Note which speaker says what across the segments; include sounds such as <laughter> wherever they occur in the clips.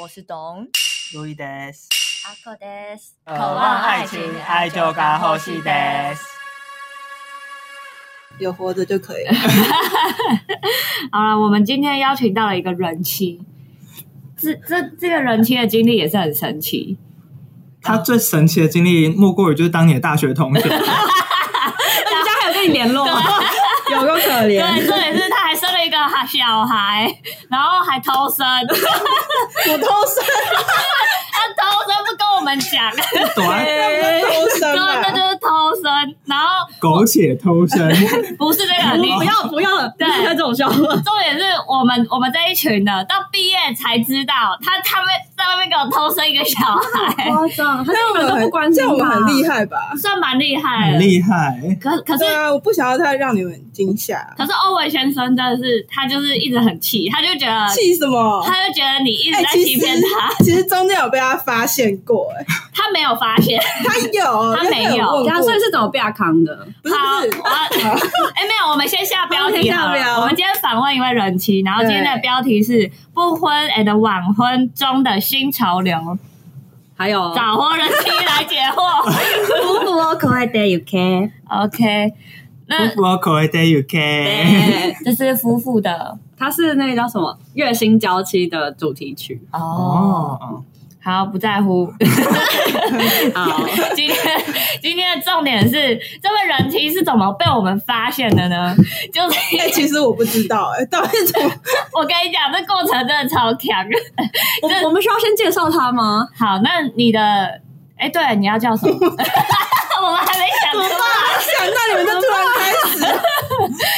Speaker 1: 我是董
Speaker 2: 路易德斯，
Speaker 1: 阿克です。
Speaker 2: 渴。
Speaker 1: 望爱情愛情が欲しいです
Speaker 3: 有活着就可以了。
Speaker 4: 好了，我们今天邀请到了一个人妻，这这这个人妻的经历也是很神奇，
Speaker 2: 他最神奇的经历，莫过于就是当你的大学同
Speaker 4: <laughs>
Speaker 2: 学，
Speaker 4: 人家还有跟你联络吗？
Speaker 3: 有够可
Speaker 4: 对，
Speaker 3: 怜，
Speaker 4: 重点是他还生了一个小孩，然后还偷 <laughs> 生，
Speaker 3: 我偷生，
Speaker 4: 他偷生不跟我们讲，对，
Speaker 2: 躲在
Speaker 3: 偷生
Speaker 4: 那
Speaker 3: 吧！
Speaker 4: 就是偷生，然后
Speaker 2: 苟且
Speaker 4: <laughs>
Speaker 2: 偷生。
Speaker 4: 不是那个你
Speaker 3: 不要不要了，
Speaker 4: 对
Speaker 3: 不要这种笑话。
Speaker 4: 重点是我们我们这一群的，到毕业才知道他他们在外面给我偷生一个小孩，
Speaker 5: 夸张，他
Speaker 3: 那
Speaker 5: 根本都不关
Speaker 3: 这样我
Speaker 5: 心
Speaker 3: 们
Speaker 5: 吧
Speaker 3: 很厉害吧？
Speaker 4: 算蛮厉害
Speaker 2: 很
Speaker 4: 的。
Speaker 2: 厉害，
Speaker 4: 可可是
Speaker 3: 对啊，我不想要太让你们惊吓，啊
Speaker 4: 可是欧文先生真的是他就是一直很气，他就觉得
Speaker 3: 气什么？
Speaker 4: 他就觉得你一直
Speaker 3: 哎，
Speaker 4: 在
Speaker 3: 其
Speaker 4: 欺
Speaker 3: 实
Speaker 4: 骗他，
Speaker 3: 其实中间有被他发现过，
Speaker 4: <laughs>
Speaker 3: 哎，
Speaker 4: 他没有发现。
Speaker 3: 他有，
Speaker 4: 他没有
Speaker 3: 有
Speaker 5: 对啊，所以是怎么被他扛的？
Speaker 3: <laughs> 不是
Speaker 4: 好，
Speaker 3: 不是，
Speaker 4: 我 <laughs> 哎、没有，我们先下标题好
Speaker 3: 好先下
Speaker 4: 了。
Speaker 3: 标
Speaker 4: 我们今天访问一位人妻，然后今天的标题是“不婚 and 晚婚中的新潮流，
Speaker 5: 还有
Speaker 4: 早婚人妻来解惑
Speaker 5: 不不哦，可爱的 UK，” 。
Speaker 4: OK，那
Speaker 2: 不我口味的 UK，
Speaker 4: 这是夫妇的
Speaker 5: <laughs> 他是那个叫什么《月薪娇妻》的主题曲。
Speaker 4: 哦。
Speaker 2: 哦，
Speaker 4: 好，不在乎。
Speaker 5: <laughs> 好，
Speaker 4: <laughs> 今天今天的重点是，这位人妻是怎么被我们发现的呢？就是
Speaker 3: 哎，其实我不知道，哎，到底怎么？
Speaker 4: 我跟你讲，这过程真的超强。
Speaker 5: 我我们需要先介绍他吗？
Speaker 4: 好，那你的，哎，对，你要叫什么？ <laughs> 我们还没想出来。
Speaker 3: 想到你们就突然开
Speaker 4: <laughs>
Speaker 3: 始，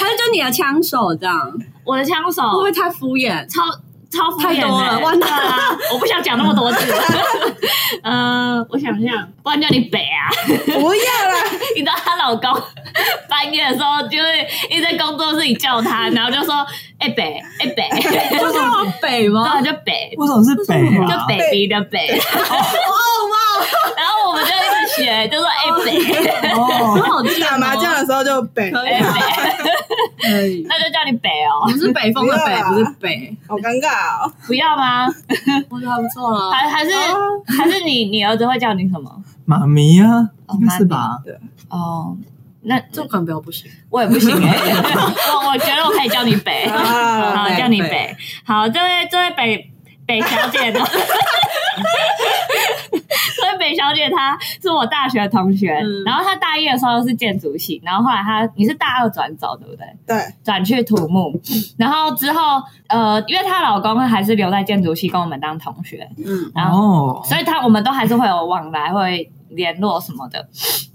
Speaker 5: 还是就你的枪手这样？会
Speaker 4: 我的枪手
Speaker 5: 不会太敷 <laughs> 衍？
Speaker 4: 超超敷衍
Speaker 5: 太多了
Speaker 4: 欸
Speaker 5: 完
Speaker 4: 对啊！我不想讲那么多 <laughs> 字。嗯，我想想，不然叫你北啊。 <laughs>
Speaker 3: 不要啦，
Speaker 4: 你知道她老公半夜的时候，就会一直在工作室里叫她，然后就说：“哎、北，哎、北。” <laughs>
Speaker 5: 就是往北
Speaker 4: 然
Speaker 5: 吗 <laughs>
Speaker 4: 后？就北，
Speaker 2: 为什么是北
Speaker 5: 哦
Speaker 4: 就
Speaker 2: 啊？
Speaker 4: 北鼻的北。哦哇！ <laughs> 然后我们就一直学，就说：“哎、北，
Speaker 5: 很
Speaker 2: 哦，
Speaker 5: 好记
Speaker 3: 打麻将的时候就背。
Speaker 5: 可以
Speaker 4: 哎、
Speaker 5: 啊，
Speaker 4: 北，
Speaker 5: 可以。
Speaker 4: <laughs> 那就叫你北哦
Speaker 5: 我，哎们是北风的
Speaker 3: 不
Speaker 5: 北，
Speaker 3: 要啦
Speaker 5: 不是北，
Speaker 3: 好尴尬哦！啊
Speaker 4: 不要吗？
Speaker 5: 我觉得还不错啊了。
Speaker 4: 还还是
Speaker 5: 哦
Speaker 4: 还是你你儿子会叫你什么？
Speaker 2: 妈咪啊，应该是吧？
Speaker 4: 哦，那
Speaker 5: 这种可能比较不行。
Speaker 4: 我也不行
Speaker 5: <laughs>
Speaker 4: 哎、我我觉得我可以叫你北，
Speaker 3: 啊
Speaker 4: 好
Speaker 5: 北
Speaker 4: 叫你北
Speaker 5: 北，
Speaker 4: 好这位这位北北小姐呢， <laughs> 这位北小姐她是我大学同学，
Speaker 5: 嗯
Speaker 4: 然后她大一的时候是建筑系，然后后来她你是大二转走对不对？
Speaker 3: 对，
Speaker 4: 转去土木，然后之后呃，因为她老公还是留在建筑系跟我们当同学，
Speaker 5: 嗯，
Speaker 4: 然后
Speaker 2: 哦，
Speaker 4: 所以他我们都还是会有往来，会联络什么的。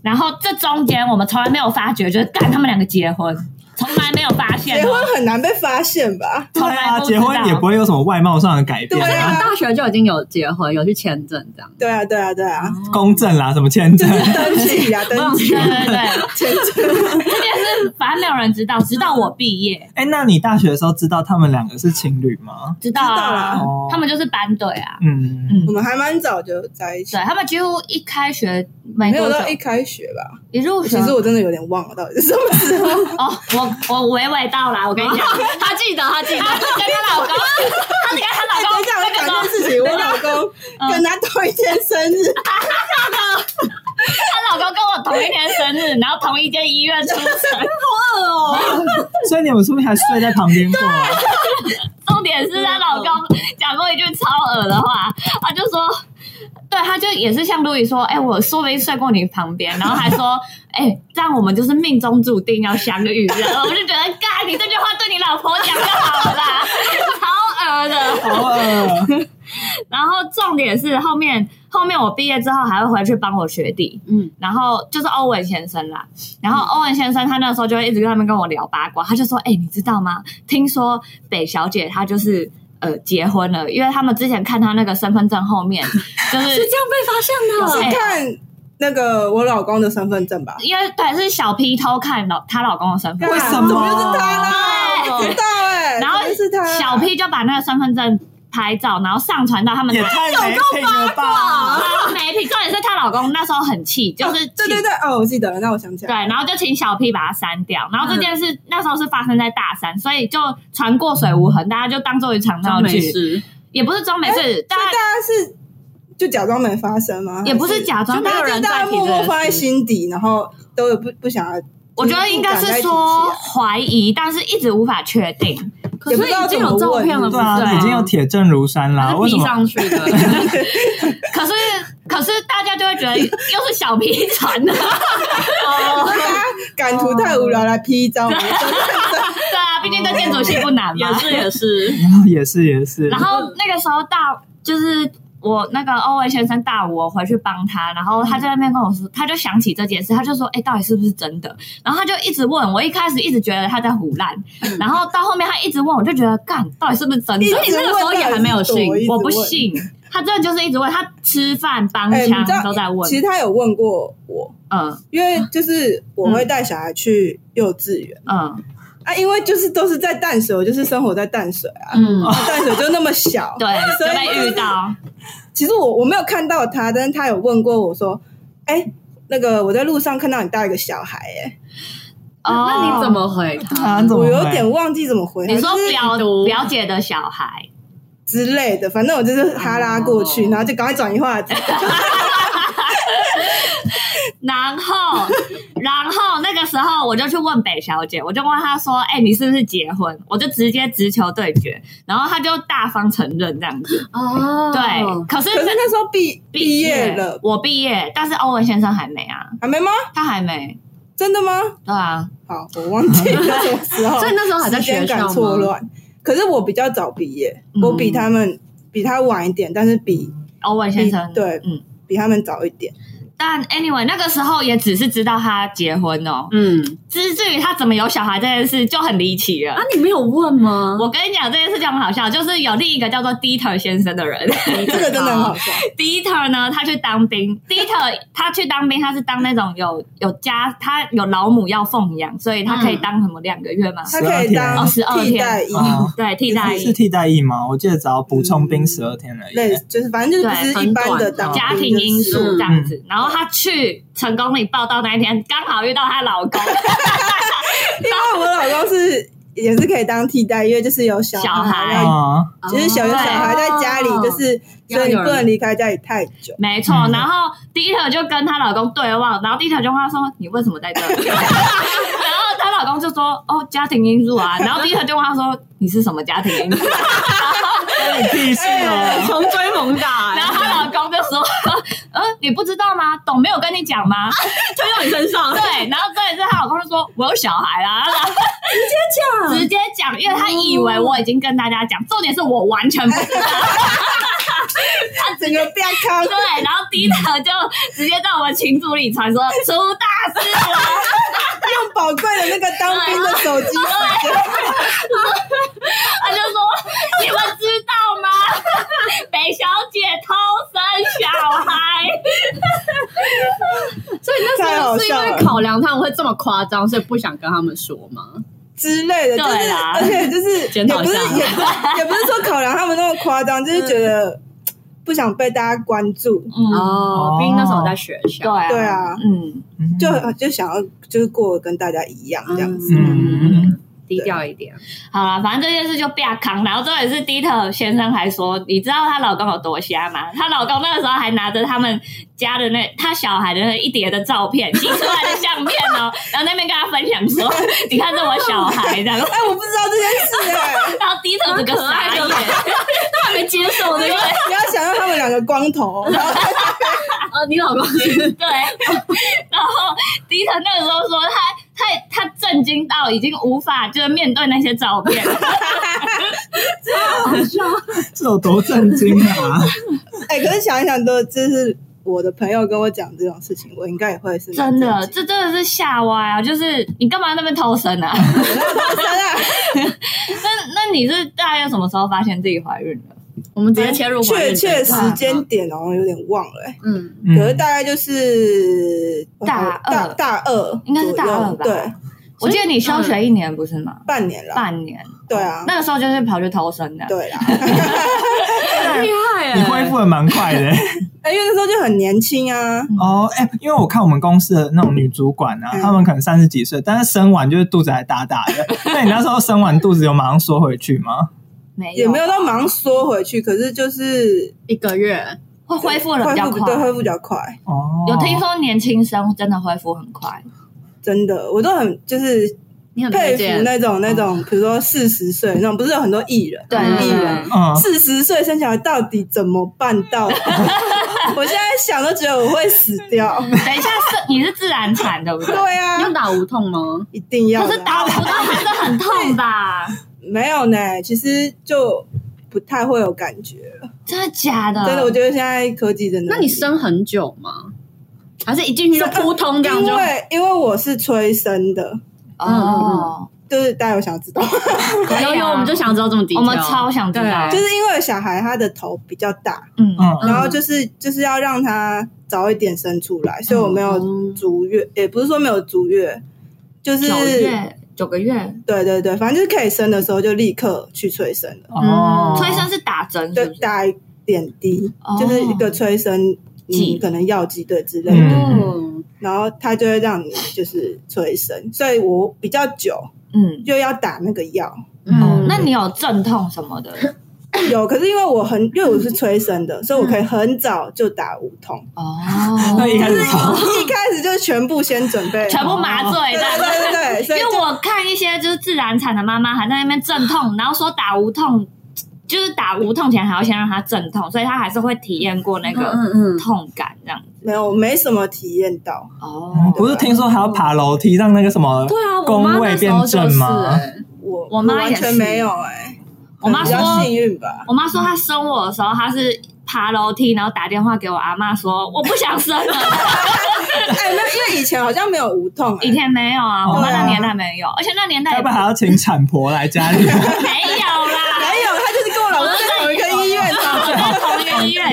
Speaker 4: 然后这中间我们从来没有发觉，就是干他们两个结婚，从来没有发现
Speaker 3: 结
Speaker 4: 哦，
Speaker 3: 婚很难被发现吧？
Speaker 4: 从
Speaker 2: 对
Speaker 4: 来
Speaker 2: 啊，
Speaker 4: 不知
Speaker 2: 结
Speaker 4: 道。
Speaker 2: 婚也不会有什么外貌上的改变
Speaker 3: 对
Speaker 2: 啊
Speaker 3: 啊，
Speaker 5: 大学就已经有结婚，有去签证这样。
Speaker 3: 对啊，对啊，对啊，
Speaker 4: 哦
Speaker 2: 公证啦，什么签
Speaker 4: <laughs>
Speaker 2: 证
Speaker 3: 就？是登记啊，登记
Speaker 4: 对对对，
Speaker 3: 签证。
Speaker 4: 这件事反正没有人知道，直到我毕业，
Speaker 2: 哎，那你大学的时候知道他们两个是情侣吗？
Speaker 4: 知道
Speaker 3: 知道
Speaker 4: 啊
Speaker 3: 啦，
Speaker 2: 哦
Speaker 4: 他们就是班队啊，
Speaker 2: 嗯，
Speaker 4: 嗯
Speaker 3: 我，们还蛮早就在一起
Speaker 4: 对，他们几乎一开学没
Speaker 3: 没有
Speaker 4: 多久
Speaker 3: 到一开学吧？
Speaker 4: 一入学
Speaker 3: 其实我真的有点忘了到底是
Speaker 4: <laughs>
Speaker 3: 什么时候。
Speaker 4: 哦，我我娓娓道来，我跟你讲，
Speaker 5: <laughs> 他记得，他记
Speaker 4: 她是跟她老公，她是跟她老
Speaker 3: 等
Speaker 4: 公
Speaker 3: 一下，我
Speaker 4: 那个
Speaker 3: 讲
Speaker 4: 时候
Speaker 3: 件事情，我老公跟
Speaker 4: 嗯
Speaker 3: 他同一天生
Speaker 4: <laughs>
Speaker 3: 日，
Speaker 4: 她老公跟我同一天生日，然后同一间医院出生。
Speaker 2: 所以你们说不定还睡在旁边过啊，
Speaker 4: 重点是她老公讲过一句超恶的话，他就说，对，他就也是像路易说，哎、我说不定睡过你旁边，然后还说，哎、这样我们就是命中注定要相遇了。然后我就觉得，干，你这句话对你老婆讲就好了啦，超恶
Speaker 2: <laughs>
Speaker 4: 的。
Speaker 2: 好恶
Speaker 4: 然后重点是后面后面我毕业之后还会回去帮我学弟，
Speaker 5: <laughs> 嗯，
Speaker 4: 然后就是欧文先生啦。然后欧文先生他那时候就会一直在那边跟我聊八卦，他就说：“哎、你知道吗？听说北小姐她就是。”呃，结婚了，因为他们之前看她那个身份证后
Speaker 2: <laughs>
Speaker 4: 面，就是
Speaker 5: 这样被发现
Speaker 4: 对
Speaker 3: 是看那个我老公的身份证吧？
Speaker 4: 因为对是小 P 偷看老她老公的身份证，
Speaker 2: 为什么
Speaker 3: 怎么又是他呢？我不知道哎，
Speaker 4: 啊然后
Speaker 3: 怎么又是他
Speaker 4: 小 P 就把那个身份证拍照，然后上传到他们
Speaker 2: 也太没品了吧！
Speaker 4: 超媒体，重点是她老公那时候很气，就是
Speaker 3: 对
Speaker 4: 气
Speaker 3: 对对，嗯哦，我记得了，那我想起
Speaker 4: 对
Speaker 3: 来，，
Speaker 4: 然后就请小 P 把它删掉。然后这件事、那时候是发生在大三，所以就传过水无痕，大家就当做一场闹
Speaker 5: 哎没
Speaker 4: 剧。
Speaker 5: 事，
Speaker 4: 也不是装没事，大
Speaker 3: 哎所以大
Speaker 4: 家
Speaker 3: 家是就假装没发生吗？
Speaker 4: 也不是假装，
Speaker 3: 就
Speaker 4: 没
Speaker 3: 大
Speaker 4: 有
Speaker 3: 家
Speaker 4: 人
Speaker 3: 就大
Speaker 4: 在
Speaker 3: 家
Speaker 4: 提
Speaker 3: 默默
Speaker 4: 这
Speaker 3: 放在
Speaker 4: 个事。
Speaker 3: 心底，然后都有不不想要，
Speaker 4: 我觉得应该是
Speaker 3: 啊
Speaker 4: 说怀疑，但是一直无法确定。
Speaker 5: 可是已经有照片了，不
Speaker 2: 对啊，已经有
Speaker 5: 是？
Speaker 2: 铁证如山啦，为
Speaker 5: 是
Speaker 2: 什
Speaker 5: 逼
Speaker 2: 么？
Speaker 5: 上去的，
Speaker 4: 可是，可是大家就会觉得又是小皮船啊的，
Speaker 3: 大家啊
Speaker 4: 哦
Speaker 3: <laughs> 赶图太无聊来 P
Speaker 4: <laughs>
Speaker 3: 一张，
Speaker 4: <laughs> 对啊，毕竟在建筑系不难嘛
Speaker 5: 也。是也是，
Speaker 2: <laughs> 也是也是
Speaker 4: 然，后那个时候大就是我那个欧文先生大我回去帮他，然后他在那边跟我说，他就想起这件事，他就说：“哎、到底是不是真的？”然后他就一直问我，一开始一直觉得他在胡
Speaker 3: <laughs>
Speaker 4: 乱，然后到后面他一直问，我就觉得干，到底是不是真的？
Speaker 5: 你那个时候也还没有信
Speaker 3: 一直问
Speaker 4: 我不。信，他真的就是一直问他吃饭、帮
Speaker 3: 哎你
Speaker 4: 腔
Speaker 3: 知道
Speaker 4: 都在问
Speaker 3: 其，实他有问过我，
Speaker 4: 嗯
Speaker 3: 因为就是我会带小孩去幼稚园、
Speaker 4: 嗯
Speaker 3: 啊，因为就是都是在淡水，我就是生活在淡水啊，
Speaker 4: 嗯，
Speaker 5: 哦
Speaker 3: 啊淡水就那么
Speaker 4: <laughs>
Speaker 3: 小，
Speaker 4: 对，
Speaker 3: 所以
Speaker 4: 就被遇到，
Speaker 3: 其实我我没有看到他，但是他有问过我说：“哎、那个我在路上看到你带一个小孩、欸，
Speaker 5: 那
Speaker 4: 哦
Speaker 5: 你怎？么回
Speaker 2: 啊
Speaker 5: 他？
Speaker 2: 你怎么
Speaker 3: 我
Speaker 2: 会
Speaker 3: 有点忘记怎么回他，
Speaker 4: 你说
Speaker 3: 就是
Speaker 4: 表
Speaker 5: 读
Speaker 4: 表姐的小孩，
Speaker 3: 之类的，反正我就是哈拉过去，
Speaker 5: 哦
Speaker 3: 然后就赶快转移话题。
Speaker 4: 然后，然后那个时候我就去问北小姐，我就问她说：“哎、你是不是结婚？”我就直接直球对决，然后她就大方承认这样子。
Speaker 5: <laughs> 哦
Speaker 4: 对，可是
Speaker 3: 可是那时候毕毕业了，
Speaker 4: 我毕业，但是欧文先生还没啊，
Speaker 3: 还没吗？
Speaker 4: 他还没。
Speaker 3: 真的吗？
Speaker 4: 对啊，
Speaker 3: 好，我忘记了什么时候，
Speaker 5: <laughs> 所以那时候还在
Speaker 3: 时间
Speaker 5: 学校
Speaker 3: 感
Speaker 5: 吗
Speaker 3: 错乱。可是我比较早毕业，
Speaker 4: 嗯
Speaker 3: 我比他们比他晚一点，但是比
Speaker 4: 欧文先
Speaker 3: 比
Speaker 4: 生。
Speaker 3: 对，
Speaker 4: 嗯
Speaker 3: 比他们早一点。
Speaker 4: 但 anyway，那个时候也只是知道他结婚哦，
Speaker 5: 嗯，
Speaker 4: 至至于他怎么有小孩这件事就很离奇了
Speaker 5: 啊。，你没有问吗？
Speaker 4: 我跟你讲这件事情很好笑，就是有另一个叫做 Dieter 先生的人，
Speaker 3: 这个真的很好
Speaker 5: 哦
Speaker 3: 笑，
Speaker 4: Dieter 呢，他去当兵。Dieter 他去当兵，他是当那种有有家，他有老母要奉养，所以他可以当什么两个月吗？
Speaker 3: 他可以当
Speaker 4: 12天哦
Speaker 3: 替代役，
Speaker 2: 哦
Speaker 4: 对，替
Speaker 2: <laughs>
Speaker 4: 代
Speaker 2: 是
Speaker 4: 役。
Speaker 2: 替代役吗？我记得只要补充兵十二天而已。
Speaker 3: 类似就是反正就是
Speaker 4: 对哦
Speaker 3: 不是一般的
Speaker 5: 很
Speaker 3: 当
Speaker 5: 短
Speaker 4: 家庭因素这样子，然后他去成功里报道那一天，刚好遇到她老公
Speaker 3: 因为我老公是也是可以当替代，因为就是有小
Speaker 4: 小孩哦
Speaker 3: 然后
Speaker 2: 啊，
Speaker 5: 哦
Speaker 3: 就是小有小孩在家里，就是所以你
Speaker 5: 要有人
Speaker 3: 不能离开家里太久。
Speaker 4: 没错。
Speaker 2: 嗯
Speaker 4: 然后 Dieter 就跟她老公对望，然后 Dieter 就问她说：“你为什么在这里？” <laughs> 然后她老公就说：“哦，家庭因素啊。”然后 Dieter 就问她说：“你是什么家庭因素？”啊
Speaker 2: 关你屁事
Speaker 5: 哎
Speaker 2: 哦！
Speaker 5: 穷追猛
Speaker 4: <laughs>
Speaker 5: 打
Speaker 4: 然后她老公就说：“ <laughs> 呃，你不知道吗？董没有跟你讲吗？”
Speaker 5: 推到你身上，
Speaker 4: 对，然后重点是她老公就说：“我有小孩啦。”然后直接讲，直接讲，因为他以为我已经跟大家讲，重点是我完全不知道。 <laughs>
Speaker 3: 整个不要靠
Speaker 4: 啊对，然后 Dieter 就直接在我们群组里传说出大事了。
Speaker 3: 用宝贵的那个当兵的手机时间，
Speaker 4: 他就说：“你们知道吗？ <laughs> 北小姐偷生小孩。
Speaker 5: 所以那
Speaker 3: 太
Speaker 5: 时
Speaker 3: 好
Speaker 5: 候是因
Speaker 3: 笑了
Speaker 5: 为考量他们会这么夸张，所以不想跟他们说吗？
Speaker 3: 之类的，就是
Speaker 4: 对啦
Speaker 3: 而且就是也
Speaker 5: 检讨
Speaker 3: 不
Speaker 5: 一
Speaker 3: 是
Speaker 5: 下
Speaker 3: 也不是也不是说考量他们那么夸张，就是觉得不想被大家关注，”
Speaker 4: 嗯，
Speaker 5: 哦毕竟那时候在学校，
Speaker 4: 啊
Speaker 3: 对，啊，
Speaker 4: 嗯，
Speaker 2: 嗯
Speaker 3: 就就想要就是过得跟大家一样这样子。
Speaker 2: 嗯，
Speaker 5: 低调一点。
Speaker 4: 好啦，反正这件事就被他扛。然后重点是 Dieter 先生还说，你知道她老公有多瞎吗？她老公那个时候还拿着他们家的那他小孩的那一叠的照片，洗出来的相片哦，然后那边跟他分享说，你看这我小孩这样。
Speaker 3: 哎，我不知道这件事哎，
Speaker 4: <laughs> 然后 Dieter 整个傻眼，
Speaker 5: 他还没接受那个，
Speaker 3: 不要想让他们两个光头，然后哎
Speaker 5: 呃，你老公是
Speaker 4: 对，然后迪腾那个时候说 <laughs> 他他他震惊到已经无法就是面对那些照片，
Speaker 2: 这有多震惊
Speaker 4: <laughs>
Speaker 2: 啊！
Speaker 3: 哎、可是想一想都，这是我的朋友跟我讲这种事情，我应该也会
Speaker 4: <laughs>
Speaker 3: 是
Speaker 4: 真的，这真的是吓歪啊！就是你干嘛在那边偷生啊？
Speaker 3: 真
Speaker 4: 那
Speaker 3: 的
Speaker 4: 那你是大概什么时候发现自己怀孕的？
Speaker 5: 我们直接切入怀
Speaker 3: 确
Speaker 5: 孕
Speaker 3: 切
Speaker 5: 这一
Speaker 3: 时
Speaker 5: 段
Speaker 3: 间，点好像有点忘了、哎
Speaker 5: 嗯，
Speaker 2: 嗯
Speaker 3: 可是大概就是
Speaker 4: 大
Speaker 3: 大
Speaker 4: 二
Speaker 3: 大二，
Speaker 4: 应该是大二吧
Speaker 3: 对，
Speaker 4: 我记得你休学一年不是吗？
Speaker 3: 半年了，
Speaker 4: 半年，
Speaker 3: 对啊，
Speaker 4: 哦那个时候就是跑去偷生的。
Speaker 3: 嗯对啦， <laughs>
Speaker 5: 很厉害耶
Speaker 2: 你恢复的蛮快的 <laughs>
Speaker 3: 哎、因为那时候就很年轻啊，
Speaker 2: 哦，哎，因为我看我们公司的那种女主管啊，
Speaker 3: 嗯
Speaker 2: 她们可能三十几岁，但是生完就是肚子还大大的。那你那时候生完肚子有马上缩回去吗？
Speaker 4: 没有
Speaker 3: 也没有到忙缩回去，可是就是
Speaker 5: 一个月，
Speaker 4: 会恢复的比
Speaker 3: 恢
Speaker 4: 较
Speaker 3: 复
Speaker 4: 快。
Speaker 3: 对恢复比较快，
Speaker 2: 哦，
Speaker 4: 有听说年轻生真的恢复很快，
Speaker 3: 真的，我都很就是
Speaker 5: 你很
Speaker 3: 佩服
Speaker 5: 推荐。
Speaker 3: 那种那
Speaker 4: <laughs>
Speaker 3: 种，比如说四十岁那种，不是有很多艺人，
Speaker 4: 对
Speaker 3: 艺
Speaker 5: 对
Speaker 3: 人
Speaker 5: 对
Speaker 2: 嗯，
Speaker 3: 四十岁生小孩到底怎么办
Speaker 4: <laughs>
Speaker 3: 到的？ <laughs> 我现在想都觉得我会死
Speaker 4: <laughs>
Speaker 3: 掉。
Speaker 4: 等一下是你是自然产对不
Speaker 3: <laughs>
Speaker 4: 对？
Speaker 3: 对
Speaker 5: 你
Speaker 3: 啊，
Speaker 5: 有打无痛吗？
Speaker 3: 一定要
Speaker 4: 可
Speaker 3: 的
Speaker 4: 是打不到真的很痛
Speaker 3: <laughs>
Speaker 4: 吧？
Speaker 3: 没有呢，其实就不太会有感觉。
Speaker 4: 真的假的？
Speaker 3: 真的，我觉得现在科技真的，
Speaker 5: 那你生很久吗？还是一进去就扑通这样
Speaker 3: 因
Speaker 5: 就？
Speaker 3: 为因为我是催生的，嗯
Speaker 4: 哦，
Speaker 3: 就是大家有想知道，
Speaker 4: 可以啊
Speaker 5: 有有，我们就想知道这么低调。
Speaker 4: 我们超想知道
Speaker 3: 就
Speaker 5: 对
Speaker 3: 是因为小孩他的头比较大，
Speaker 4: 嗯
Speaker 2: 嗯
Speaker 3: 然后就是就是要让他早一点生出来，所以我没有
Speaker 5: 嗯
Speaker 3: 足月，也不是说没有足月，就是
Speaker 4: 九月九个月，
Speaker 3: 对对对，反正就是可以生的时候就立刻去催生了，
Speaker 2: 哦，
Speaker 4: 催生是打针
Speaker 3: 就是
Speaker 4: 不是？
Speaker 3: 打一点滴，
Speaker 4: 哦
Speaker 3: 就是一个催生。
Speaker 4: 剂
Speaker 3: 嗯，可能药剂对之类
Speaker 2: 嗯
Speaker 3: 的，
Speaker 4: 嗯
Speaker 5: 哦
Speaker 3: 然后他就会让你就是催生，所以我比较久
Speaker 4: 嗯
Speaker 3: 就要打那个药，
Speaker 4: 嗯
Speaker 2: 嗯，
Speaker 4: 那你有阵痛什么的？
Speaker 3: 有，可是因为我很，因为我是催生的，所以我可以很早就打无痛。 <laughs>
Speaker 4: 哦，
Speaker 2: 那一开始从
Speaker 3: 一开始就全部先准备，
Speaker 4: 全部麻醉
Speaker 3: 对
Speaker 4: 的。
Speaker 3: 对对对，
Speaker 4: 因
Speaker 3: 所以
Speaker 4: 为我看一些就是自然产的妈妈还在那边阵痛，然后说打无痛，就是打无痛前还要先让她阵痛，所以她还是会体验过那个
Speaker 5: 嗯嗯，
Speaker 4: 痛感这样。
Speaker 3: 没有没什么体验到，
Speaker 4: 哦，
Speaker 2: 不是听说还要爬楼梯让那个什么
Speaker 5: 对啊，我
Speaker 2: 工
Speaker 5: 妈那
Speaker 2: 位
Speaker 5: 时
Speaker 2: 变
Speaker 5: 候就
Speaker 2: 正
Speaker 5: 是
Speaker 2: 吗？
Speaker 5: 欸
Speaker 3: 我
Speaker 4: 我妈
Speaker 3: 完
Speaker 4: 也
Speaker 3: 全
Speaker 4: 是
Speaker 3: 没有哎，
Speaker 4: 我妈
Speaker 3: 比较
Speaker 4: 说
Speaker 3: 幸运吧，
Speaker 4: 我妈说她生我的时候，她是爬楼梯，然后打电话给我阿妈说我不想生
Speaker 3: <laughs>
Speaker 4: 了。
Speaker 3: 哎，没有，因为以前好像没有无痛，哎
Speaker 4: 以前没有啊，
Speaker 2: 哦
Speaker 4: 我妈那年代没有，而且那年代
Speaker 2: 要
Speaker 4: 也
Speaker 2: 不
Speaker 4: 不
Speaker 2: 然还要请产婆
Speaker 4: <laughs>
Speaker 2: 来家里？
Speaker 4: 没有啦。
Speaker 3: 没有，他就是跟我老公在同一个医院
Speaker 4: 啊我
Speaker 3: 上。
Speaker 4: 在同一个
Speaker 3: <laughs>
Speaker 4: 医院，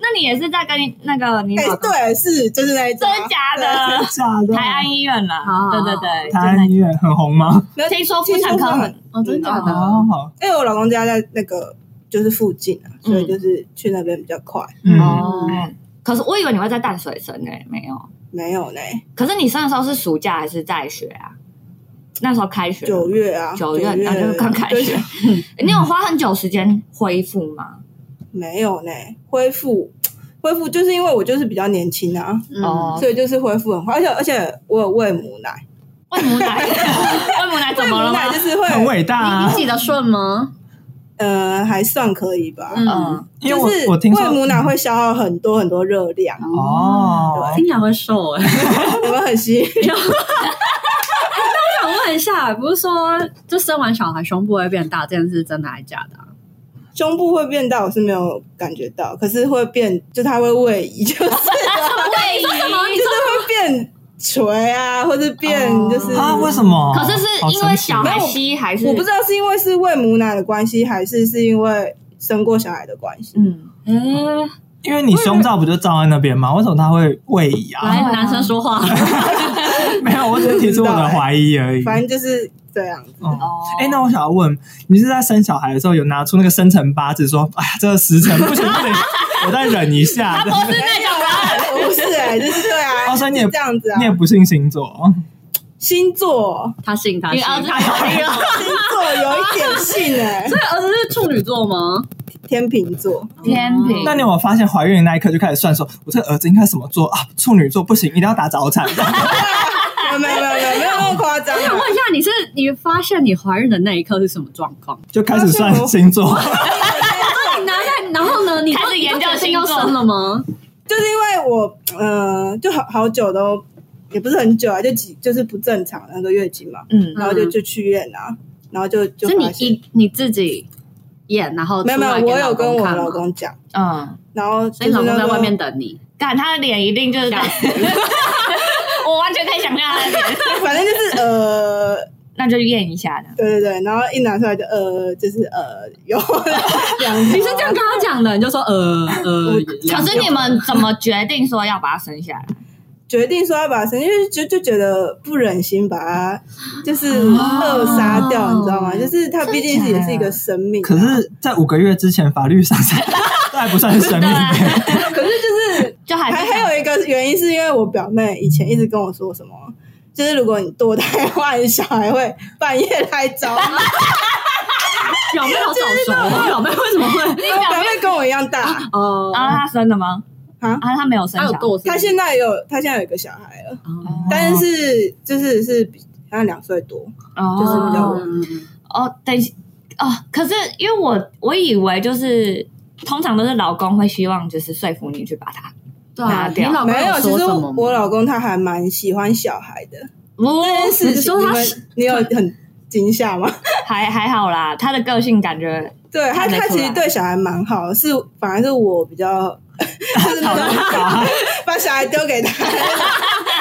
Speaker 4: 那你也是在跟你那个你
Speaker 3: 哎
Speaker 4: 老，公？
Speaker 3: 对，是就是那一种
Speaker 4: 真
Speaker 3: 啊，
Speaker 4: 的假的？
Speaker 2: 假的？
Speaker 4: 台安医院啦
Speaker 5: 好，
Speaker 4: 对对对，
Speaker 2: 台安医院很红吗？
Speaker 3: 没有
Speaker 4: 听说妇产科很，
Speaker 5: 哦，真的假的？
Speaker 2: 哦，
Speaker 3: 因为我老公家在那个就是附近啊，
Speaker 4: 嗯
Speaker 3: 所以就是去那边比较快。
Speaker 2: 嗯，
Speaker 4: 哦。可是我以为你会在淡水生呢、没有。
Speaker 3: 没有呢，
Speaker 4: 可是你生的时候是暑假还是在学啊？那时候开学
Speaker 3: 九月啊，
Speaker 4: 九月，那就是刚开
Speaker 3: 对
Speaker 4: 学。 <laughs> 你有花很久时间恢复吗？
Speaker 3: 没有呢，恢复恢复就是因为我就是比较年轻啊，
Speaker 5: 嗯
Speaker 4: 哦
Speaker 3: 所以就是恢复很快，而且而且我有喂母奶，
Speaker 4: 喂母 <laughs> 奶，喂母奶怎
Speaker 3: 喂母
Speaker 4: 么了吗
Speaker 3: 奶？就是
Speaker 2: 很
Speaker 3: 会
Speaker 2: 伟大
Speaker 5: 嗯你
Speaker 2: 啊
Speaker 5: 你。挤得顺吗？
Speaker 3: 呃还算可以吧，
Speaker 4: 嗯，
Speaker 2: 因
Speaker 3: 就
Speaker 2: 为
Speaker 3: 是
Speaker 2: 我我听
Speaker 3: 喂
Speaker 2: 说嗯
Speaker 3: 母奶会嗯消耗很多很多热量，
Speaker 2: 哦，
Speaker 5: 听起来会瘦哎。
Speaker 3: 我们很吸引。
Speaker 5: 我想问一下，不是说就生完小孩胸部会变大这件事是真的还是假的啊？
Speaker 3: 胸部会变大，我是没有感觉到，可是会变，就它会位移，就是 <laughs> 就是
Speaker 5: 哎
Speaker 4: 喂母
Speaker 3: 会变垂啊，或者变
Speaker 4: 哦
Speaker 3: 就是
Speaker 2: 啊，为什么？
Speaker 4: 可是是因为小孩
Speaker 3: 没有
Speaker 4: 吸还是？
Speaker 3: 我不知道是因为是喂母奶的关系，还是是因为生过小孩的关系。
Speaker 4: 嗯，
Speaker 5: 哎，
Speaker 2: 因为你胸罩不就罩在那边吗？为什么他会位移啊？
Speaker 3: 哎
Speaker 5: 来，哎男生说话，
Speaker 2: <laughs> 没有，我只是提出我
Speaker 3: 哎
Speaker 2: 的怀疑而已。
Speaker 3: 反正就是这样。
Speaker 4: 哦，
Speaker 2: 哎、那我想要问，你是在生小孩的时候有拿出那个生辰八字说，哎呀，这个时辰不行不行， <laughs> 我再忍一下。
Speaker 4: 是那种
Speaker 3: 没哎 <laughs> 有啊，不是哎、就是对啊，
Speaker 2: 哦所以你也
Speaker 3: 是这样子啊
Speaker 2: 你。也不信星座，哦
Speaker 4: 嗯
Speaker 3: 星座，
Speaker 5: 他信他
Speaker 4: 你
Speaker 5: 信，
Speaker 4: 儿
Speaker 5: <laughs>
Speaker 4: 子
Speaker 5: 他
Speaker 4: 有那个
Speaker 3: 星座有一点信哎、
Speaker 5: 对儿子是处女座吗？
Speaker 3: 天秤座，
Speaker 4: 天平，
Speaker 2: 那你有没有发现怀孕的那一刻就开始算说，我这个儿子应该什么座啊？处女座不行，一定要打早产。
Speaker 3: 啊没有没有没有没有没有那么夸张啊、
Speaker 5: 想 <laughs> 问一下，你是你发现你怀孕的那一刻是什么状况？
Speaker 2: <laughs> 就开始算星
Speaker 4: <laughs>
Speaker 2: 座，
Speaker 5: 你拿在，然后呢？你就
Speaker 4: 开始研究
Speaker 5: 你就决定
Speaker 4: 星
Speaker 5: 要
Speaker 4: 座
Speaker 5: 生了吗？
Speaker 3: 就是因为我呃，就好好久都也不是很久啊，就几就是不正常那个月经嘛，
Speaker 4: 嗯
Speaker 3: 然后就就去医院啊，然后就是就是
Speaker 5: 你
Speaker 3: 发现
Speaker 5: 一你自己演，然后
Speaker 3: 没有没有，啊
Speaker 5: 出来
Speaker 3: 我有跟我
Speaker 5: 看吗
Speaker 3: 老，公讲，
Speaker 4: 嗯，
Speaker 3: 然后
Speaker 5: 啊所
Speaker 3: 就
Speaker 5: 以
Speaker 3: 是
Speaker 5: 老公
Speaker 3: 那
Speaker 5: 在
Speaker 3: 时候
Speaker 5: 外面等你。
Speaker 4: 干他的脸一定就是
Speaker 5: 吓
Speaker 4: <laughs> 我完全可以想象他的脸，
Speaker 3: <laughs> 反正就是呃，
Speaker 4: 那就验一下的。
Speaker 3: 对对对，然后一拿出来就呃，就是呃有两条，
Speaker 5: 你是这样跟他讲的，你就说呃呃，
Speaker 4: 可是你们怎么决定说要把他生下来？
Speaker 3: 决定说要把它生，因为就就觉得不忍心把它就是扼杀掉，你知道
Speaker 5: 哦
Speaker 3: 吗？就是它毕竟也是一个生命啊、
Speaker 2: 可是，在五个月之前法律上
Speaker 4: <laughs>
Speaker 2: 是 <laughs> 这还不算是生命。
Speaker 3: 可是就是
Speaker 4: 啊就还
Speaker 3: 还
Speaker 4: 是
Speaker 3: 还有一个原因是因为我表妹以前一直跟我说什么。
Speaker 5: <laughs>
Speaker 3: 就是如果你堕胎的话，你小孩会半夜来找你。
Speaker 5: 表妹好早熟，我表妹为什么会？
Speaker 4: 你表
Speaker 3: 表
Speaker 4: 妹
Speaker 3: 妹跟我一样大
Speaker 5: 哦，
Speaker 4: 啊，她生了吗？
Speaker 3: 啊，
Speaker 4: 啊，她没有生
Speaker 5: 她
Speaker 4: 小
Speaker 5: 有
Speaker 4: 孩，
Speaker 5: 够，
Speaker 3: 她现在有她现在有一个小孩了，
Speaker 5: 哦
Speaker 3: 但是就是是比她两岁多，
Speaker 4: 就是
Speaker 3: 比较
Speaker 5: 嗯嗯嗯
Speaker 4: 哦，等一下哦，可是因为我我以为就是通常都是老公会希望就是说服你去把它，
Speaker 5: 对啊，
Speaker 4: 拿
Speaker 5: 你
Speaker 4: 掉
Speaker 5: 老公
Speaker 3: 没有。其
Speaker 5: 说
Speaker 3: 实
Speaker 5: 什么吗
Speaker 3: 我老公他还蛮喜欢小孩的，
Speaker 4: 不
Speaker 3: 但是
Speaker 5: 你说他
Speaker 3: 们你有很惊吓吗？
Speaker 4: 还还好啦，他的个性感觉
Speaker 3: 对他，
Speaker 4: 看得
Speaker 3: 他
Speaker 4: 出
Speaker 3: 其
Speaker 4: 来
Speaker 3: 实对小孩蛮好的，是反而是我比较就是那种把小孩丢给他，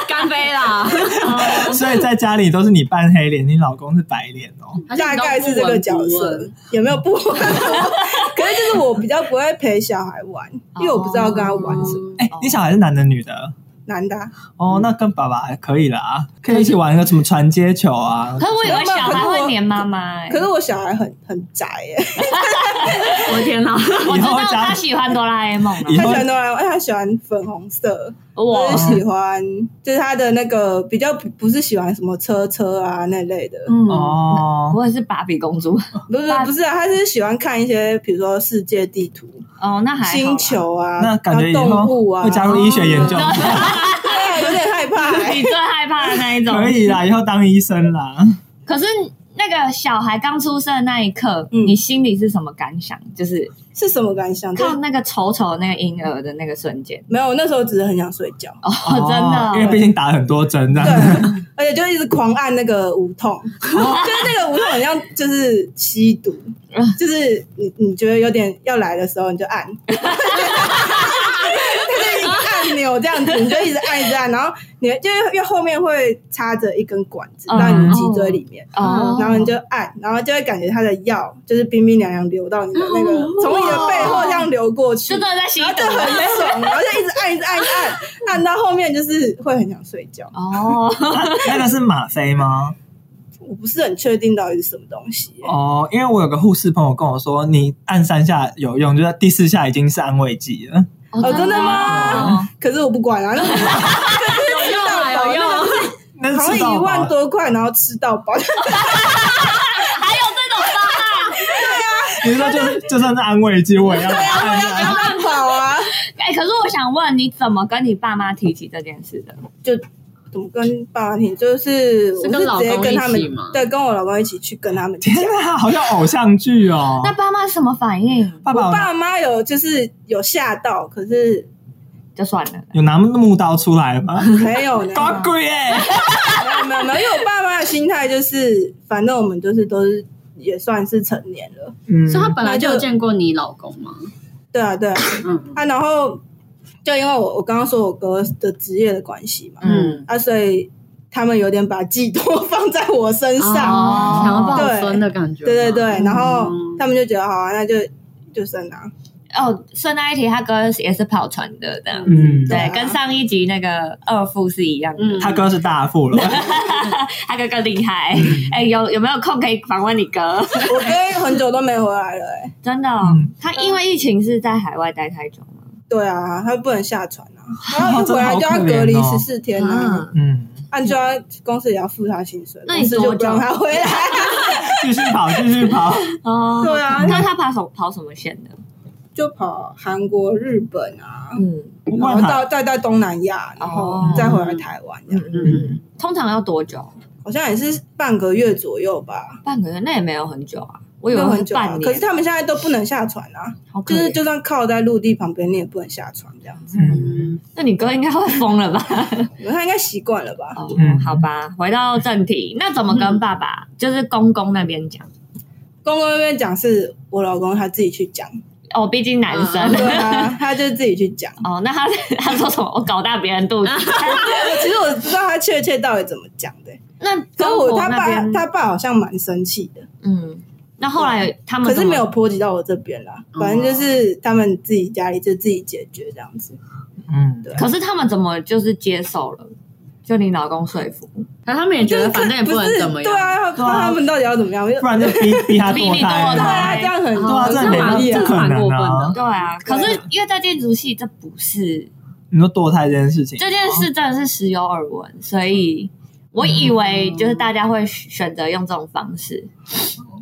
Speaker 5: 干杯啦！
Speaker 4: <laughs>
Speaker 2: 所以在家里都是你扮黑脸，你老公是白脸
Speaker 4: 嗯
Speaker 2: 哦。
Speaker 5: 还
Speaker 3: 大
Speaker 5: 你都
Speaker 3: 概是这个角
Speaker 5: 不
Speaker 3: 色
Speaker 5: 闻，
Speaker 3: 有没有不玩？可是就是我比较不会陪小孩玩，因为我不知道跟他玩什么。
Speaker 2: 哎、
Speaker 4: 哦
Speaker 2: 你小孩是男的女
Speaker 4: 嗯
Speaker 2: 的？
Speaker 3: 男的啊，
Speaker 2: 哦，那跟爸爸还可以啦，可以一起玩个什么传接球啊
Speaker 4: 可。是我以为小孩会黏妈妈、欸，
Speaker 3: 可是我小孩很很宅耶，
Speaker 5: 我的天哪！
Speaker 4: 我
Speaker 2: 以
Speaker 4: 知
Speaker 2: 后
Speaker 4: 道
Speaker 2: 家
Speaker 4: 他喜欢哆啦 A 梦了
Speaker 2: 以
Speaker 3: 他
Speaker 2: 后
Speaker 3: 喜欢哆啦 A 梦，哎他喜欢粉红色，
Speaker 4: 我
Speaker 3: 我是喜欢就是他的那个比较不不是喜欢什么车车啊那类的，
Speaker 5: 嗯，
Speaker 2: 哦，
Speaker 4: 我也是芭比公主。
Speaker 3: 不是不是啊，他是喜欢看一些比如说世界地图、
Speaker 4: 哦，那还好啦
Speaker 3: 星。球啊，
Speaker 2: 那感觉以
Speaker 3: 然后动物
Speaker 2: 后
Speaker 3: 啊，
Speaker 2: 会加入医学研究，
Speaker 3: 哎有点害怕欸、
Speaker 4: 你最害怕的那一种。
Speaker 2: <laughs> 可以啦，以后当医生啦。
Speaker 4: 可是那个小孩刚出生的那一刻，
Speaker 3: 嗯
Speaker 4: 你心里是什么感想？就是
Speaker 3: 是什么
Speaker 4: <laughs>
Speaker 3: 感想？就
Speaker 4: 看那个丑丑的那个婴儿的那个瞬间。
Speaker 3: 没有，那时候只是很想睡
Speaker 2: <laughs>
Speaker 3: 觉，
Speaker 4: 哦，真
Speaker 2: 因为
Speaker 4: 的。
Speaker 2: 毕竟打了很多针这
Speaker 3: 对
Speaker 2: 样子。，
Speaker 3: 而且就一直狂按那个无痛，
Speaker 2: 哦
Speaker 3: 就是那个无痛很像就是吸毒，就是你你觉得有点要来的时候你
Speaker 4: <laughs>
Speaker 3: 就按，它就是一个按钮这样子，你就一直按一直按，然后你就是因为后面会插着一根管子
Speaker 4: 嗯
Speaker 3: 到你的脊椎里面。
Speaker 4: 哦，
Speaker 3: 然后你就按，然后就会感觉它的药就是冰冰凉凉流到你的那个，从你的背后这样流过去，
Speaker 4: 真的在吸
Speaker 3: 然后就
Speaker 4: 毒。
Speaker 3: 很爽，然后就一直按，一直按，一直按，按到后面就是会很想睡觉。
Speaker 4: 哦，
Speaker 2: <laughs>
Speaker 4: <laughs>
Speaker 2: 那个是吗啡吗？
Speaker 3: 我不是很确定到底是什么东西、
Speaker 2: 哦，因为我有个护士朋友跟我说，你按三下有用，就是第四下已经是安慰剂了。
Speaker 3: 哦，真的吗？可是我不管啊，那
Speaker 5: 有用啊，有用啊！
Speaker 2: 那
Speaker 3: 好像
Speaker 2: 是
Speaker 3: 一万多块，然后吃到饱，
Speaker 2: 你说就就算是安慰剂，我也要来
Speaker 3: <laughs>
Speaker 2: 按一下。
Speaker 3: 吃到饱啊，
Speaker 4: 哎，可是我想问，你怎么跟你爸妈提起这件事的？
Speaker 3: 就怎么跟爸爸听？就是我
Speaker 5: 是跟老
Speaker 3: 直
Speaker 5: 公
Speaker 3: 接跟他们
Speaker 5: 一起吗
Speaker 3: 对，跟我老公一起去跟他们讲。
Speaker 2: 天哪，好像偶像剧哦
Speaker 4: 那。爸妈什么反应？
Speaker 2: 爸
Speaker 3: 我
Speaker 2: 爸
Speaker 3: 爸妈有就是有吓到，可是
Speaker 4: 就算了。
Speaker 2: 有拿木刀出来吗？
Speaker 3: 没有呢，
Speaker 2: 搞鬼耶！
Speaker 3: 没有没有没有，因为我爸妈的心态就是，反正我们就是都是也算是成年了，
Speaker 2: 嗯
Speaker 5: 所以他本来就有见过你老公吗？
Speaker 3: 对啊对啊，
Speaker 5: 嗯
Speaker 3: 啊，然后就因为我我刚刚说我哥的职业的关系嘛，
Speaker 5: 嗯，
Speaker 3: 啊，所以他们有点把寄托放在我身上，
Speaker 5: 哦想要抱孙的感觉吗。
Speaker 3: 对对对，然后
Speaker 5: 嗯
Speaker 3: 他们就觉得好啊，那就就生啊，
Speaker 4: 哦，顺带一提，他哥也是跑船的，这样。
Speaker 2: 嗯，
Speaker 3: 对
Speaker 4: 对，
Speaker 3: 啊
Speaker 4: 跟上一集那个二副是一样的。
Speaker 5: 嗯，
Speaker 2: 他哥是大富了，
Speaker 4: 他哥更厉害。哎、有有没有空可以访问你哥？
Speaker 3: 我哥很久都没回来了、欸，
Speaker 4: 真的哦、
Speaker 2: 嗯
Speaker 4: 他因为疫情是在海外待太久吗？
Speaker 3: 对啊，他不能下船啊，然后一
Speaker 2: 真
Speaker 3: 回
Speaker 2: 的
Speaker 3: 来
Speaker 2: 好
Speaker 3: 就
Speaker 2: 可
Speaker 3: 要
Speaker 2: 怜
Speaker 3: 隔离
Speaker 2: 哦
Speaker 3: 十四天啊，
Speaker 2: 嗯，
Speaker 3: 按就要公司也要付他薪水，
Speaker 4: 那
Speaker 3: 公
Speaker 4: 你
Speaker 3: 司
Speaker 4: 多
Speaker 3: 就不让
Speaker 4: 久
Speaker 3: 他回来，
Speaker 2: 继续跑，继续跑。
Speaker 4: 哦
Speaker 3: 对啊
Speaker 4: 那他跑什跑什么线的？
Speaker 3: 就跑韩国、日本啊，
Speaker 4: 嗯
Speaker 3: 然后
Speaker 2: 问他
Speaker 3: 到再到东南亚，然后
Speaker 4: 哦
Speaker 3: 再回来台湾这样。
Speaker 2: 嗯，
Speaker 4: 通常要多久？
Speaker 3: 好像也是半个月左右吧，
Speaker 4: 半个月？那也没有很久啊，我
Speaker 3: 没
Speaker 4: 以为
Speaker 3: 有
Speaker 4: 会
Speaker 3: 很久、
Speaker 4: 半
Speaker 3: 啊。
Speaker 4: 年。哦
Speaker 3: 可是他们现在都不能下船啊，
Speaker 4: 好可
Speaker 3: 就
Speaker 4: 怜
Speaker 3: 是就算靠在陆地旁边，你也不能下船这样子。
Speaker 2: 嗯
Speaker 4: 那你哥应该会疯了
Speaker 2: <laughs>
Speaker 4: 吧？
Speaker 3: 他应该习惯了吧？
Speaker 4: 哦
Speaker 2: 嗯，
Speaker 4: 好吧，回到正题，那怎么跟爸爸，就是公公那边讲？
Speaker 3: 公公那边讲是我老公他自己去讲，
Speaker 4: <laughs> 哦，毕竟男生。
Speaker 3: 对啊，他就自己去
Speaker 4: <laughs>
Speaker 3: 讲。
Speaker 4: 哦，那他他说什么？我搞大别人
Speaker 3: <laughs>
Speaker 4: 肚子。
Speaker 3: 其实我不知道他确切到底怎么讲的、
Speaker 4: 那
Speaker 3: 可是
Speaker 4: 中
Speaker 3: 我
Speaker 4: 国
Speaker 3: 他
Speaker 4: 那
Speaker 3: 爸
Speaker 4: 边，
Speaker 3: 他爸好像蛮生气的，
Speaker 4: 嗯，那后来他们
Speaker 3: 可是
Speaker 4: 怎么
Speaker 3: 没有波及到我这边啦。反正就是他们自己家里就自己解决这样子。
Speaker 2: 嗯，
Speaker 4: 可是他们怎么就是接受了？就你老公说服，
Speaker 5: 可是他们也觉得
Speaker 3: 就是
Speaker 5: 反正也
Speaker 3: 不
Speaker 5: 能
Speaker 3: 是
Speaker 5: 怎么样。
Speaker 3: 对啊，
Speaker 2: 对啊
Speaker 3: 他们到底要怎么样？
Speaker 2: 不然就逼逼他
Speaker 4: 逼你
Speaker 2: 堕
Speaker 4: 堕
Speaker 2: 胎
Speaker 3: 对
Speaker 4: 胎
Speaker 2: 啊。
Speaker 3: 啊，这样很
Speaker 2: 对啊，
Speaker 5: 哦
Speaker 2: 这
Speaker 5: 这
Speaker 2: 没
Speaker 5: 蛮
Speaker 2: 不
Speaker 5: 这
Speaker 2: 可
Speaker 5: 蛮
Speaker 2: 能
Speaker 5: 过分
Speaker 2: 啊
Speaker 5: 的！
Speaker 4: 对啊。
Speaker 3: 对
Speaker 4: 可是因为在建筑系，这不是
Speaker 2: 你说堕胎这件事情，
Speaker 4: 这件事真的是时有耳闻，所以我以为就是大家会选择用这种方式。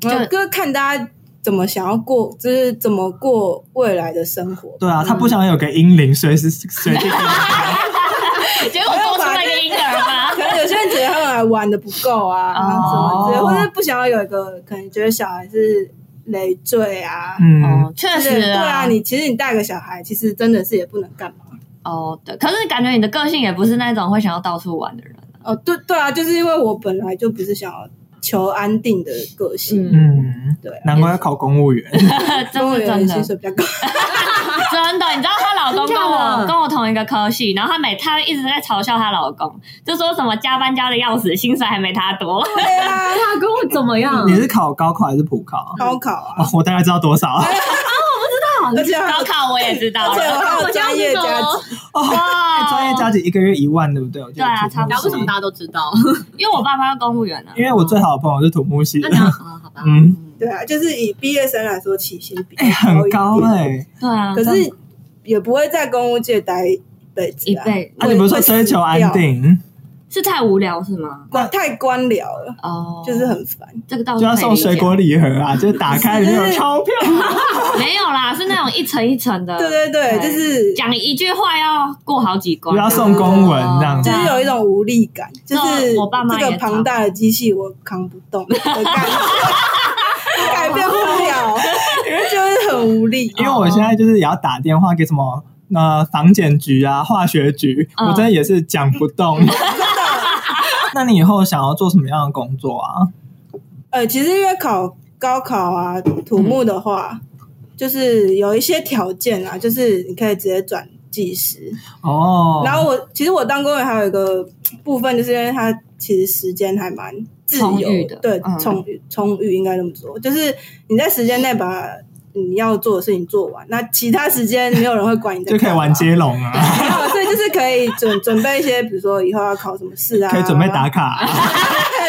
Speaker 3: 就就是看大家怎么想要过，就是怎么过未来的生活。
Speaker 2: 对啊，他不想有个阴灵随时 <laughs> 随地跟他。
Speaker 4: 结果做出了一个婴儿吗？
Speaker 3: 可能有些人觉得他们还玩的不够啊，然后什么之类，或者不想要有一个，可能觉得小孩是累赘啊。
Speaker 2: 嗯，
Speaker 4: 哦，确
Speaker 3: 对
Speaker 4: 实
Speaker 3: 对啊，
Speaker 4: 啊，
Speaker 3: 你其实你带个小孩，其实真的是也不能干嘛。
Speaker 4: 哦对，可是感觉你的个性也不是那种会想要到处玩的人。
Speaker 3: 哦，对对啊，就是因为我本来就不是想要求安定的个性，
Speaker 4: 嗯，
Speaker 2: 嗯，
Speaker 3: 对啊，
Speaker 2: 难怪要考公务员。
Speaker 4: 这是
Speaker 3: 公务员
Speaker 4: 真的，
Speaker 3: 薪水比较高。 <laughs>
Speaker 4: 真的，你知道她老公跟
Speaker 5: 真
Speaker 4: 我
Speaker 5: 的
Speaker 4: 跟我同一个科系，然后她每她一直在嘲笑她老公，就说什么加班加的要死，薪水还没她多。
Speaker 3: 对啊，
Speaker 5: 他哎跟我怎么
Speaker 2: <laughs>
Speaker 5: 样？
Speaker 2: 你是考高考还是普考？
Speaker 3: 高考啊，
Speaker 2: 哦，我大概知道多少。
Speaker 3: 而且还
Speaker 4: 哦高
Speaker 3: 有
Speaker 4: 考我也知道
Speaker 2: <laughs>
Speaker 3: 而且
Speaker 2: 啊
Speaker 4: 了，
Speaker 3: 还有专业
Speaker 5: 我
Speaker 3: 加
Speaker 5: 相信
Speaker 3: 级
Speaker 5: 哦。
Speaker 2: 哦，
Speaker 4: 哇
Speaker 2: 专业加级一个月一万，对不对？我记得
Speaker 4: 对啊
Speaker 2: 土木系
Speaker 4: 差
Speaker 5: 然后为什么大家都知道？
Speaker 4: 因为我爸爸是公务员啊呢、
Speaker 2: 因为我最好的朋友是土木系
Speaker 5: 那
Speaker 2: 的，
Speaker 5: 讲啊，好吧，
Speaker 2: <laughs> 嗯，
Speaker 3: 对啊，就是以毕业生来说，起薪比较
Speaker 2: 哎，很高
Speaker 3: 高一点，
Speaker 2: 哎。
Speaker 4: 对啊，
Speaker 3: 可是也不会在公务界待一辈子
Speaker 4: 一
Speaker 3: 啊。
Speaker 4: 辈
Speaker 2: 啊，你不是说追求安定，
Speaker 4: 是太无聊是吗？
Speaker 3: 官太官僚了，
Speaker 4: 哦，
Speaker 3: 就是很烦。
Speaker 4: 这个倒是
Speaker 2: 就要
Speaker 4: 可以
Speaker 2: 送
Speaker 4: 理解
Speaker 2: 水果礼盒啊？就是打开里面有钞票，
Speaker 4: 没有啦，是那种一层一层
Speaker 2: <laughs>
Speaker 4: 的，
Speaker 3: 对对对，就是
Speaker 4: 讲一句话要过好几关，啊
Speaker 2: 不要送公文这样
Speaker 3: 就
Speaker 2: 子。
Speaker 3: 是有一种无力感，就是
Speaker 4: 我爸妈也
Speaker 3: 这个庞大的机器我扛不动的感觉， <laughs> 改变不了，就是很
Speaker 4: <laughs>
Speaker 3: 无力。
Speaker 2: 因为我现在就是也要打电话给什么呃房检局啊、化学局，
Speaker 4: 嗯
Speaker 2: 我真的也是讲
Speaker 4: <laughs>
Speaker 2: 不动。那你以后想要做什么样的工作啊？
Speaker 3: 呃，其实因为考高考啊，土
Speaker 4: 嗯
Speaker 3: 木的话，就是有一些条件啊，就是你可以直接转技师。
Speaker 2: 哦，
Speaker 3: 然后我其实我当公务员还有一个部分，就是因为它其实时间还蛮自
Speaker 4: 充裕
Speaker 3: 由
Speaker 4: 的
Speaker 3: 对
Speaker 4: 嗯，
Speaker 3: 充裕充裕应该这么说，就是你在时间内把你要做的事情做完，那其他时间没有人会管你在
Speaker 2: <laughs> 就可以
Speaker 3: 干嘛
Speaker 2: 玩接龙
Speaker 4: <laughs>
Speaker 2: 啊，
Speaker 3: 没有，所以就是可以准准备一些，比如说以后要考什么试啊，
Speaker 2: 可以准备
Speaker 3: <laughs>
Speaker 2: 打，卡。啊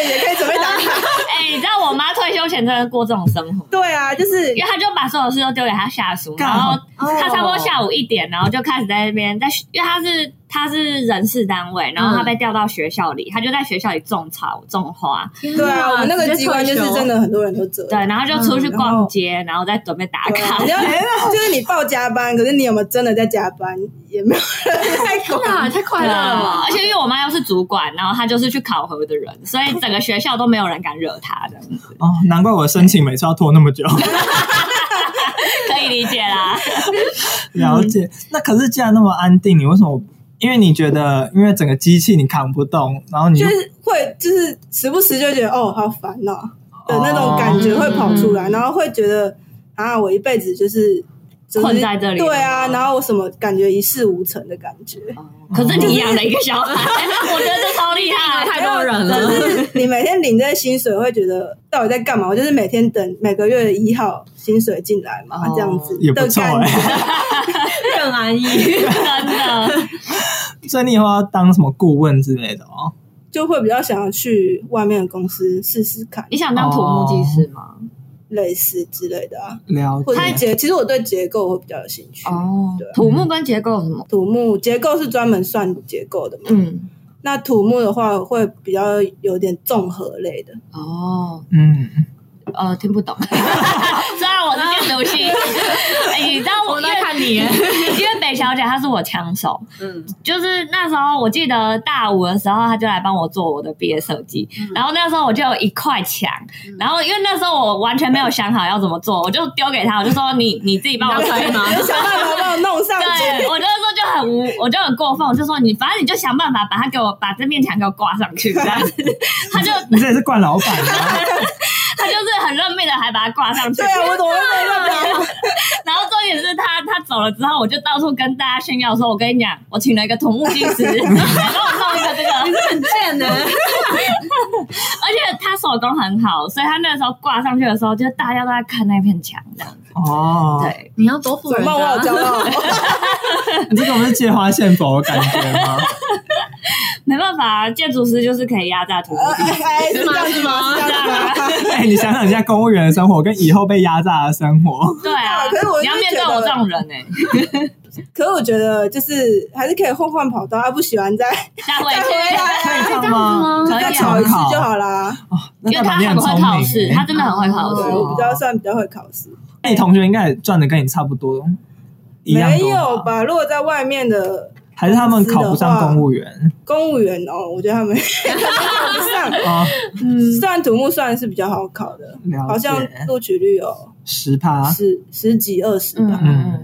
Speaker 3: 也可以准备
Speaker 4: <laughs>
Speaker 3: 打卡。
Speaker 4: 哎、你知道我妈退休前真的过这种生活，
Speaker 3: 对啊，就是
Speaker 4: 因为她就把所有事都丢给她下属，
Speaker 2: 干
Speaker 4: 然后
Speaker 5: 哦
Speaker 4: 她差不多下午一点，然后就开始在那边在，因为她是她是人事单位，然后她被调到学校里，她就在学校里种草种花，<laughs>
Speaker 3: 对啊，我们那个机关就是真
Speaker 5: 的。
Speaker 3: 的很多人都这
Speaker 4: 对，啊
Speaker 3: 样。
Speaker 4: 然后就出去逛街，然后再准备打
Speaker 3: 对啊
Speaker 4: 卡 <laughs>
Speaker 3: 你。要 <laughs> 就是你报加班，可是你有没有真的在加班？也没有人在
Speaker 4: <laughs>
Speaker 3: 管。
Speaker 5: 哇，啊太快乐了
Speaker 3: 啊
Speaker 5: 吧！
Speaker 4: 而且因为我妈又是主管，然后她就是去考核的人，所以整个学校都没有人敢惹她的，
Speaker 2: 哦，难怪我申请每次要拖
Speaker 4: <laughs>
Speaker 2: 那么久。
Speaker 4: 可以理解啦。
Speaker 2: 了解。那可是既然那么安定，你为什么？因为你觉得，因为整个机器你扛不动，然后你就
Speaker 3: 就是会就是时不时就觉得哦好烦哦的那种感觉
Speaker 4: 哦
Speaker 3: 会跑出来，然后会觉得啊我一辈子就是。就是
Speaker 4: 困在这里了嗯
Speaker 3: 对啊，然后我什么感觉一事无成的感觉，
Speaker 4: 可是你养了一个小孩，我觉得这超厉害，
Speaker 5: 太多人
Speaker 3: <laughs>
Speaker 5: 了
Speaker 3: 就是你每天领这些薪水，会觉得到底在干嘛？我就是每天等每个月的一号薪水进来嘛，
Speaker 4: 哦
Speaker 3: 这样子
Speaker 2: 也
Speaker 3: 的
Speaker 2: 不错
Speaker 4: 欸
Speaker 3: 感
Speaker 2: 哎、
Speaker 3: 觉。 <laughs>
Speaker 5: 更安逸。
Speaker 4: 真的。
Speaker 2: 所以你以后要当什么顾问之类的哦？
Speaker 3: 就会比较想要去外面的公司试试看，
Speaker 4: 你想当土木
Speaker 2: 哦
Speaker 4: 技师吗？
Speaker 3: 类似之类的啊，
Speaker 2: 了
Speaker 3: 或者是
Speaker 2: 解。
Speaker 3: 结。其实我对结构会比较有兴趣。
Speaker 4: 哦
Speaker 3: 对，
Speaker 4: 土木跟结构有什么？
Speaker 3: 土木结构是专门算结构的嘛？
Speaker 4: 嗯，
Speaker 3: 那土木的话会比较有点综合类的，
Speaker 4: 哦，
Speaker 2: 嗯，
Speaker 4: 呃，听不懂。 <laughs> 虽然我是建筑系，哎你知道我
Speaker 5: 我在看你耶，
Speaker 3: <laughs>
Speaker 4: 因为北小姐她是我枪手，
Speaker 5: 嗯，
Speaker 4: 就是那时候我记得大五的时候，她就来帮我做我的毕业设计，然后那时候我就有一块墙，然后因为那时候我完全没有想好要怎么做，我就丢给她，我就说你 <laughs> 你自己帮我
Speaker 5: 你要
Speaker 4: 推
Speaker 5: 推吗
Speaker 3: 有想办法把我弄上去。
Speaker 4: 对，我那时候就很无，我就很过分，我就说你，反正你就想办法把它给我把这面墙给我挂上去，这样 <laughs> 子。他就
Speaker 2: 你这也是惯老板
Speaker 4: <laughs>
Speaker 2: 啊！
Speaker 4: 他就是很认命的，还把它挂上去。
Speaker 3: 对啊，我怎么会被那么
Speaker 4: 然后重点是他他走了之后，我就到处跟大家炫耀说，我跟你讲，我请了一个土木技师 <laughs> 来帮我弄一个这个，
Speaker 5: 很
Speaker 3: <laughs>
Speaker 5: 贱呢。
Speaker 4: 而且他手工很好，所以他那时候挂上去的时候，就大家都在看那片墙这样。
Speaker 2: 哦，
Speaker 4: 对，
Speaker 5: 你要多富
Speaker 3: 怎
Speaker 5: 人
Speaker 3: 么
Speaker 5: 家
Speaker 3: 办？我有骄傲。
Speaker 2: 你这个不是借花献佛的感觉吗？
Speaker 4: 没办法，建筑师就是可以压榨土地。
Speaker 3: 哎，是 <laughs> 这样 <laughs> 子吗？是这样子吗？
Speaker 2: 哎、你想想一下公务员的生活跟以后被压榨的生活，
Speaker 4: 对啊，
Speaker 3: 可是我就
Speaker 4: 你要面
Speaker 3: 觉
Speaker 4: 对
Speaker 3: 得
Speaker 4: 我这种人哎、
Speaker 3: 可是我觉得就是还是可以换换跑道，啊，不喜欢再
Speaker 4: 下
Speaker 3: <laughs>
Speaker 4: 回
Speaker 3: 再
Speaker 4: 去
Speaker 3: 回。来
Speaker 2: 可
Speaker 3: 啊，
Speaker 2: 以这样吗？
Speaker 5: 吗？
Speaker 4: 可
Speaker 3: 再
Speaker 4: 以
Speaker 3: 考一
Speaker 4: 啊，
Speaker 3: 次就好啦。
Speaker 2: 那
Speaker 4: 因
Speaker 2: 代
Speaker 4: 为
Speaker 2: 表
Speaker 4: 他
Speaker 2: 你
Speaker 4: 很
Speaker 2: 聪
Speaker 4: 会
Speaker 2: 明、欸
Speaker 4: 考试，他真的很会考
Speaker 3: 对，
Speaker 4: 试。
Speaker 3: 我比较算比较会考试，
Speaker 2: 那你哎同学应该也赚的跟你差不多，一样
Speaker 3: 没
Speaker 2: 多
Speaker 3: 有
Speaker 2: 吧？
Speaker 3: 吧？如果在外面的
Speaker 2: 还是他们考不上公务员
Speaker 3: 公务员哦，我觉得他们考不上，
Speaker 2: 啊？
Speaker 3: <laughs> 算土木算是比较好考的，
Speaker 2: 了
Speaker 3: 好
Speaker 2: 解，啊
Speaker 3: 像录取率有
Speaker 2: 十趴，
Speaker 3: 十十几二十吧。
Speaker 2: 嗯，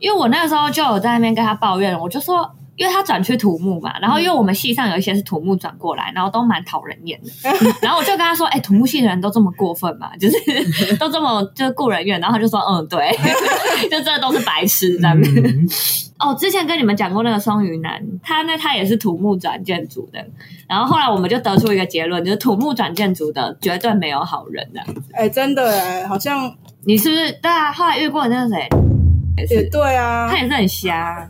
Speaker 4: 因为我那时候就有在那边跟他抱怨，我就说。因为他转去土木嘛，然
Speaker 3: 嗯
Speaker 4: 后因为我们系上有一些是土木转过来，然后都蛮讨人厌的。
Speaker 3: <laughs>
Speaker 4: 然后我就跟他说：“哎、土木系的人都这么过分嘛， <laughs> 就是都这么就是顾人怨。”然后他就说：“嗯，对， <laughs> 就这都是白痴在那边。
Speaker 2: 嗯
Speaker 4: 哦，之前跟你们讲过那个双鱼男，他那他也是土木转建筑的，然后后来我们就得出一个结论，就是土木转建筑的绝对没有好人的、
Speaker 3: 哎，真的哎，好像
Speaker 4: 你是不是？对啊，后来遇过那个谁，也
Speaker 3: 也
Speaker 4: 是，
Speaker 3: 对啊
Speaker 4: 他。也是很瞎，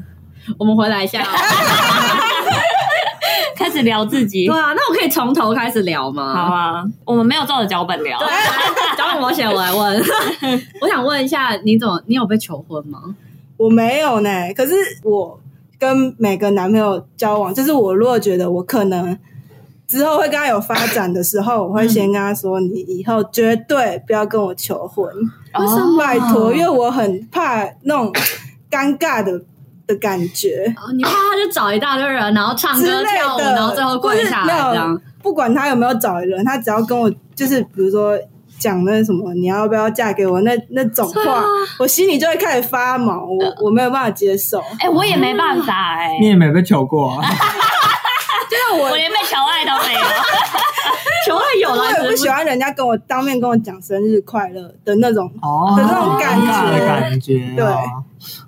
Speaker 5: 我们回来一下哦。
Speaker 3: <laughs>
Speaker 4: 开始聊自己。
Speaker 5: 对啊，那我可以从头开始聊吗？
Speaker 4: 好啊，我们没有照着脚本聊。
Speaker 5: 对 <laughs> 啊，脚本我写，我来问。我想问一下，你怎么，你有被求婚吗？
Speaker 3: 我没有呢，可是我跟每个男朋友交往，就是我如果觉得我可能之后会跟他有发展的时候，我会先跟他说：“你以后绝对不要跟我求婚，
Speaker 4: 为
Speaker 5: 什么
Speaker 3: 拜托，因为我很怕那种尴尬的的感觉。”
Speaker 5: 哦，你怕他就找一大堆人，然后唱
Speaker 3: 之
Speaker 5: 歌
Speaker 3: 类
Speaker 5: 啊跳舞，
Speaker 3: 的，
Speaker 5: 然后最后跪下来这
Speaker 3: 或
Speaker 5: 样
Speaker 3: 是没有。不管他有没有找人，他只要跟我就是比如说讲那什么你要不要嫁给我那那种话，
Speaker 5: 啊
Speaker 3: 我心里就会开始发毛，我我没有办法接受。
Speaker 4: 哎、我也没办法哎、
Speaker 2: 你也没被求过、啊，
Speaker 4: 我连被求爱都没有。
Speaker 5: 求婚有
Speaker 3: 我
Speaker 5: 来
Speaker 3: 也不喜
Speaker 5: 是
Speaker 3: 欢人家跟我当面跟我讲生日快乐的那种，
Speaker 2: 哦，
Speaker 3: 的那种感觉
Speaker 2: 尴尬的感觉，，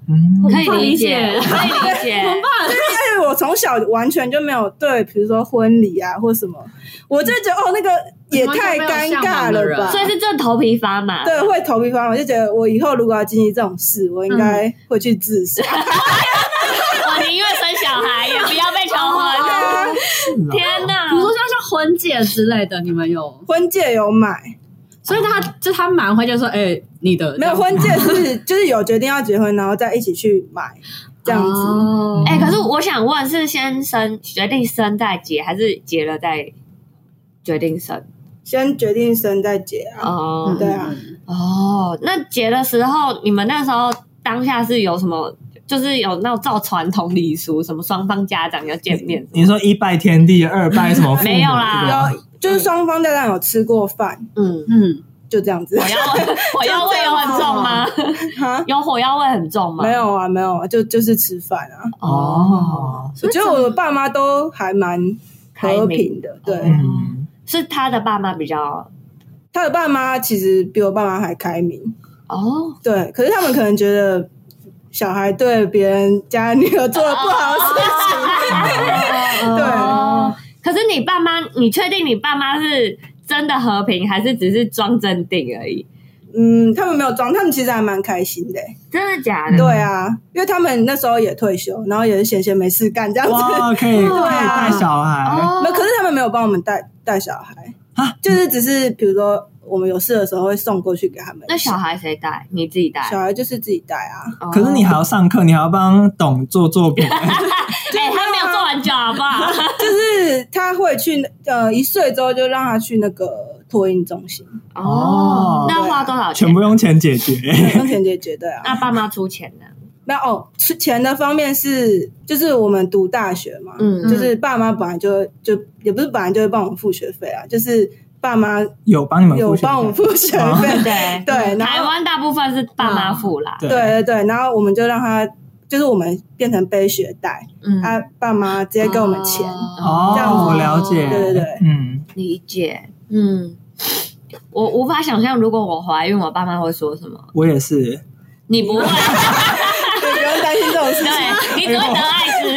Speaker 2: 嗯，
Speaker 4: 可以理解，
Speaker 5: 我
Speaker 4: 我
Speaker 5: 不
Speaker 4: 可以理解。
Speaker 3: 因为我从小完全就没有对，比如说婚礼啊或什么，我就觉得哦，那个也太尴尬了吧
Speaker 4: 所。以是正头皮发麻。
Speaker 3: 对，会头皮发麻，我就觉得我以后如果要经历这种事，我应该
Speaker 4: 嗯
Speaker 3: 会去自杀。
Speaker 4: <laughs> 我宁愿生小孩，也不要被求婚。
Speaker 2: 是啊
Speaker 4: 天哪！
Speaker 5: 比如说像像婚戒之类的，你们有？
Speaker 3: 婚戒有买，
Speaker 5: 所以他就他买回就说：“哎、你的
Speaker 3: 没有婚戒是就是有决定要结婚，然后再一起去买这样子。
Speaker 5: 子
Speaker 4: 哎、可是我想问，是先生决定生再结，还是结了再决定生？
Speaker 3: 先决定生再结啊，
Speaker 5: 嗯
Speaker 4: 哦、
Speaker 3: 对啊，
Speaker 4: 哦，那结的时候，你们那时候当下是有什么？就是有那种照传统礼俗，什么双方家长要见面，
Speaker 2: 你说一拜天地，二拜什么父
Speaker 4: <laughs>
Speaker 2: 母？
Speaker 4: 没有啦
Speaker 2: 对吧，
Speaker 3: 就是双方家长有吃过饭，
Speaker 4: 嗯，
Speaker 5: 嗯，
Speaker 3: 就这样子 <laughs>
Speaker 4: 火药味，火药味有很重吗？
Speaker 3: 哈，
Speaker 4: 有火药味很重吗？
Speaker 3: 没有啊，没有啊，就就是吃饭啊。
Speaker 2: 哦，
Speaker 3: 我觉得我的爸妈都还蛮和平的，对。
Speaker 4: 开明
Speaker 2: 嗯，
Speaker 4: 是他的爸妈比较
Speaker 3: 他的爸妈其实比我爸妈还开明，
Speaker 4: 哦，
Speaker 3: 对。可是他们可能觉得小孩对别人家女儿做的不好的事情，对。
Speaker 4: 哦，可是你爸妈，你确定你爸妈是真的和平，还是只是装镇定而已？
Speaker 3: 嗯，他们没有装，他们其实还蛮开心的、欸
Speaker 4: 真的假
Speaker 2: 嗯
Speaker 4: 的？
Speaker 3: 对啊，因为他们那时候也退休，然后也是闲闲没事干这样子。
Speaker 2: 哇，可以可以
Speaker 3: 哇
Speaker 2: 带小孩，
Speaker 4: 哦
Speaker 3: 那、可是他们没有帮我们带带小孩
Speaker 2: 啊，
Speaker 3: 就是只是比如说我们有事的时候会送过去给他们。
Speaker 4: 那小孩谁带？你自己带。
Speaker 3: 小孩就是自己带啊，
Speaker 4: 哦
Speaker 2: 可是你还要上课，你还要帮董做
Speaker 4: <laughs>
Speaker 2: 作品，
Speaker 4: 哎、他没有做完啊脚，好不
Speaker 3: <laughs>
Speaker 4: 好？
Speaker 3: 就是他会去那呃一岁之后就让他去那个托婴中心， <laughs>
Speaker 2: 哦
Speaker 4: 那花多少钱？
Speaker 2: 全部用钱解决。
Speaker 3: 用钱解决对啊。
Speaker 4: 那爸妈出钱呢？
Speaker 3: 那哦，是钱的方面是就是我们读大学嘛，
Speaker 4: 嗯
Speaker 3: 就是爸妈本来就就也不是本来就会帮我们付学费啊，就是爸妈
Speaker 2: 有帮你们
Speaker 3: 有
Speaker 2: 付学费
Speaker 3: 帮我们付学
Speaker 2: 哦
Speaker 3: 费，
Speaker 4: 对
Speaker 3: 对，然
Speaker 4: 嗯台
Speaker 3: 后
Speaker 4: 湾大部分是爸妈付啦。
Speaker 2: 对
Speaker 3: <laughs> 对对对，然后我们就让他就是我们变成背学贷，
Speaker 4: 嗯，
Speaker 3: 他爸妈直接给我们钱，这样
Speaker 2: 哦，
Speaker 3: 子
Speaker 2: 我了解，
Speaker 3: 对对对，
Speaker 2: 嗯，
Speaker 4: 理解。嗯，我无法想象，如果我怀孕，我爸妈会说什么。
Speaker 2: 我也是，
Speaker 4: 你不会，
Speaker 3: 对，不用担心这种事情。
Speaker 4: 对你只会得艾滋，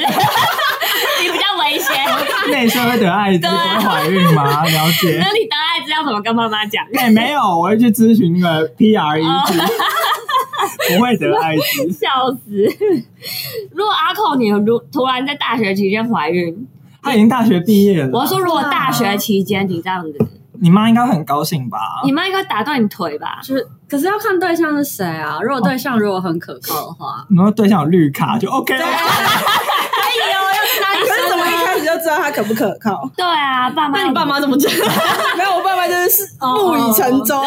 Speaker 4: <laughs> 你比较危险。
Speaker 2: 内射会得
Speaker 4: <laughs>
Speaker 2: 艾滋，不会怀孕吗？了解
Speaker 4: 那。你得艾滋要怎么跟妈妈
Speaker 3: <laughs>
Speaker 4: 讲？
Speaker 2: 哎，没有，我会去咨询那个 PR
Speaker 4: 哦
Speaker 2: 医不会得艾滋。
Speaker 4: 笑死！如果阿寇你如突然在大学期间怀孕，
Speaker 2: 他已经大学毕业了。
Speaker 4: 我说，如果大学期间你这样子，
Speaker 3: 哦
Speaker 2: 你妈应该很高兴吧？
Speaker 4: 你妈应该打断你腿吧？
Speaker 5: 就是，可是要看对象是谁啊。如果对象如果很可靠的
Speaker 3: 哦
Speaker 5: 话，
Speaker 2: 然后对象有绿卡就 OK 了。
Speaker 3: 可是怎么一开始就知道他可不可靠？
Speaker 4: 对啊，爸妈，
Speaker 5: <laughs> 那你爸妈怎么知道？
Speaker 3: <laughs> 没有，我爸爸就是木
Speaker 5: 哦
Speaker 3: 已成舟。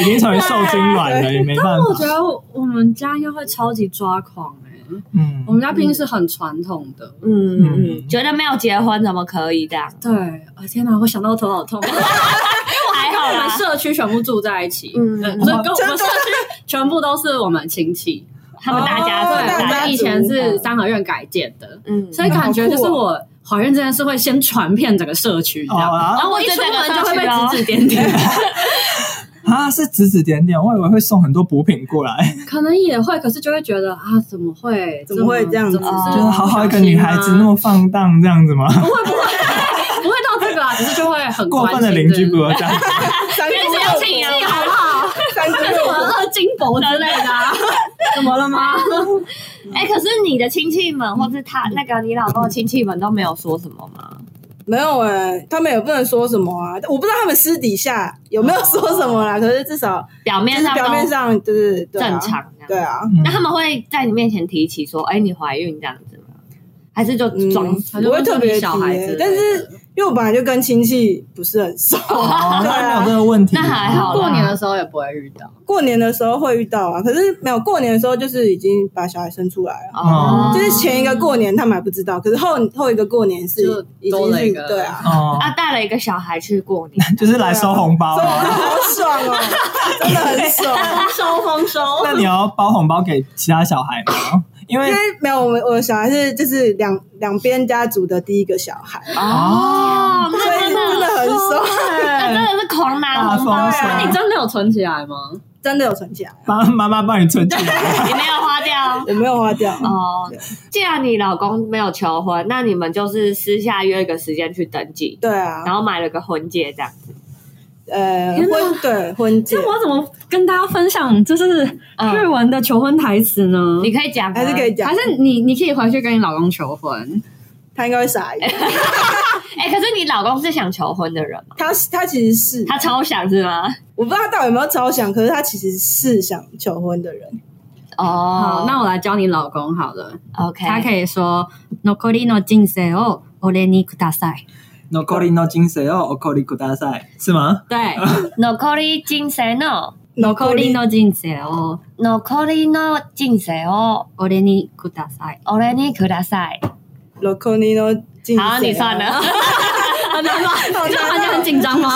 Speaker 2: 已经成为受精卵了，也没办
Speaker 5: 我觉
Speaker 2: 法。
Speaker 5: 得我们家应该会超级抓狂哎、
Speaker 2: 嗯
Speaker 5: 我，们家毕竟是很传统的。
Speaker 4: 嗯
Speaker 2: 嗯
Speaker 4: 嗯，觉得没有结婚怎么可以这样？
Speaker 3: 哦
Speaker 5: 对，啊天哪，我想到我头好痛。
Speaker 4: 还好
Speaker 5: 我们
Speaker 4: 啦，
Speaker 5: 社区全部住在一起，嗯，
Speaker 4: 嗯
Speaker 5: 所以跟我们社区全部都是我们
Speaker 3: <laughs>
Speaker 5: 亲戚。
Speaker 4: 他们大家
Speaker 3: 哦
Speaker 4: 族，
Speaker 3: 大
Speaker 5: 对，
Speaker 3: 家
Speaker 5: 我
Speaker 3: 族
Speaker 5: 们以前是三合院改建的，
Speaker 4: 嗯，
Speaker 5: 所以感觉
Speaker 3: 哦
Speaker 5: 就是我怀孕这件事会先传遍整个社区，这
Speaker 2: 哦
Speaker 5: 样。
Speaker 2: 啊
Speaker 5: 然后我一出门就会被指指 <laughs> 点点，
Speaker 2: 啊，是指指点点，我以为会送很多补品过来，
Speaker 5: 可能也会，可是就会觉得啊，怎么会，
Speaker 3: <laughs> 怎么会这样子
Speaker 5: 怎么
Speaker 2: 哦就
Speaker 5: 怎
Speaker 2: 是
Speaker 5: 么
Speaker 2: 好好一个女孩子那么放荡这样子吗？
Speaker 5: 不会到这个啊，只是就会很
Speaker 2: 过
Speaker 5: 关
Speaker 2: 分
Speaker 5: 心
Speaker 2: 的邻居
Speaker 5: 这
Speaker 2: 不
Speaker 5: 个
Speaker 2: 要这样。
Speaker 3: 三姑
Speaker 4: 不要请啊，
Speaker 5: 好不好？
Speaker 3: 三姑
Speaker 5: 这是我的二金箔之类的啊，怎么了吗？
Speaker 3: 嗯
Speaker 4: 哎、可是你的亲戚们，或是他那个你老公的亲戚们都没有说什么吗？
Speaker 3: 没有哎、他们也不能说什么啊。我不知道他们私底下有没有说什么啦，可是至少
Speaker 4: 表嗯
Speaker 3: 就
Speaker 4: 面
Speaker 3: 是
Speaker 4: 上
Speaker 3: 表面
Speaker 4: 都
Speaker 3: 上就是对啊
Speaker 4: 正常这样
Speaker 3: 对啊，
Speaker 2: 嗯
Speaker 4: 那他们会在你面前提起说：“哎、你怀孕这样子吗？”还是就
Speaker 3: 嗯
Speaker 4: 装死？
Speaker 3: 不会特别提
Speaker 5: 小孩子
Speaker 3: 欸，，但是因为我本来就跟亲戚不是很熟，
Speaker 2: 哦，
Speaker 3: 对
Speaker 2: 那没有这，
Speaker 3: 啊
Speaker 2: 个问题。
Speaker 4: 那还好啦
Speaker 5: 过年的时候也不会遇到。
Speaker 3: 过年的时候会遇到啊，可是没有过年的时候就是已经把小孩生出来了。
Speaker 2: 哦
Speaker 3: 就是前一个过年他们还不知道，可是后后一个过年是
Speaker 5: 就
Speaker 3: 已
Speaker 5: 多
Speaker 3: 经
Speaker 5: 了
Speaker 3: 是
Speaker 5: 一个
Speaker 3: 对啊，
Speaker 2: 哦，
Speaker 4: 啊，带了一个小孩去过
Speaker 3: <laughs>
Speaker 4: 年，
Speaker 2: 就是来收红包
Speaker 3: 所以我
Speaker 2: 啊。
Speaker 3: 就好爽哦，真的很爽。
Speaker 5: 收丰收，
Speaker 2: 那你要包红包给其他小孩吗？因为
Speaker 3: 因为没有我们我的小孩是就是两两边家族的第一个小孩，
Speaker 4: 哦，那真
Speaker 3: 所以真
Speaker 4: 的，
Speaker 3: 的很爽，
Speaker 4: 那真的是狂拿红包
Speaker 2: 大丰收
Speaker 4: 啊！
Speaker 5: 那你真的有存起来吗？
Speaker 3: 真的有存起来，
Speaker 2: 帮妈妈帮你存起来。
Speaker 4: 你没有花
Speaker 3: <laughs>
Speaker 4: 掉。
Speaker 3: 我没有花掉。
Speaker 4: 哦，既然你老公没有求婚，那你们就是私下约一个时间去登记，
Speaker 3: 对啊，
Speaker 4: 然后买了个婚戒这样。
Speaker 3: 呃，
Speaker 5: 天哪
Speaker 3: 婚对婚戒
Speaker 5: 那我怎么跟大家分享就是
Speaker 4: 嗯
Speaker 5: 日文的求婚台词呢？
Speaker 4: 你可以讲啊，
Speaker 3: 还是可以讲
Speaker 5: 还，是你你可以回去跟你老公求婚，
Speaker 3: 他应该会傻眼。
Speaker 4: 哎、可是你老公是想求婚的人吗？
Speaker 3: 他他其实是
Speaker 4: 他超想是吗？
Speaker 3: 我不知道他到底有没有超想，可是他其实是想求婚的人。
Speaker 4: 哦
Speaker 5: 好，那我来教你老公好了。
Speaker 4: OK，
Speaker 5: 他可以说“残りの人生を俺にください
Speaker 2: Nokori no jinsei o okori kudasai 是吗”。？
Speaker 5: 对，“
Speaker 4: Nokori 人生の
Speaker 5: 残りの人生を
Speaker 4: Nokori の人生を
Speaker 5: 俺にください
Speaker 4: 俺にください。
Speaker 3: Loconino 进
Speaker 4: 好，你算了，。”。
Speaker 5: 很难吗？ <laughs>
Speaker 3: 好难哦
Speaker 5: 这环节很紧张吗？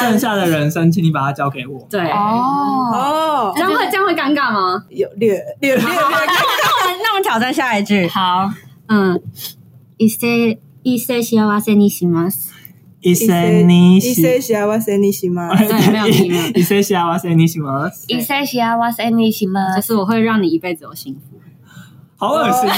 Speaker 2: 剩下的人生，请你把它交给我。
Speaker 5: 对，
Speaker 4: 哦，
Speaker 3: 哦
Speaker 5: 这，样会这样会尴尬吗？
Speaker 3: 有略略略略，
Speaker 5: 哦那我们挑战下一句。
Speaker 4: 好，
Speaker 5: 嗯，一世一世幸せにします。
Speaker 2: 一生に
Speaker 3: 一
Speaker 2: し
Speaker 3: 些喜爱哇塞你喜吗？
Speaker 5: 对，没有题目，
Speaker 2: 一生幸せにします。
Speaker 4: 一切幸せにしま。
Speaker 5: 呃就是是我会让你一辈子有幸福。
Speaker 2: 好恶心啊！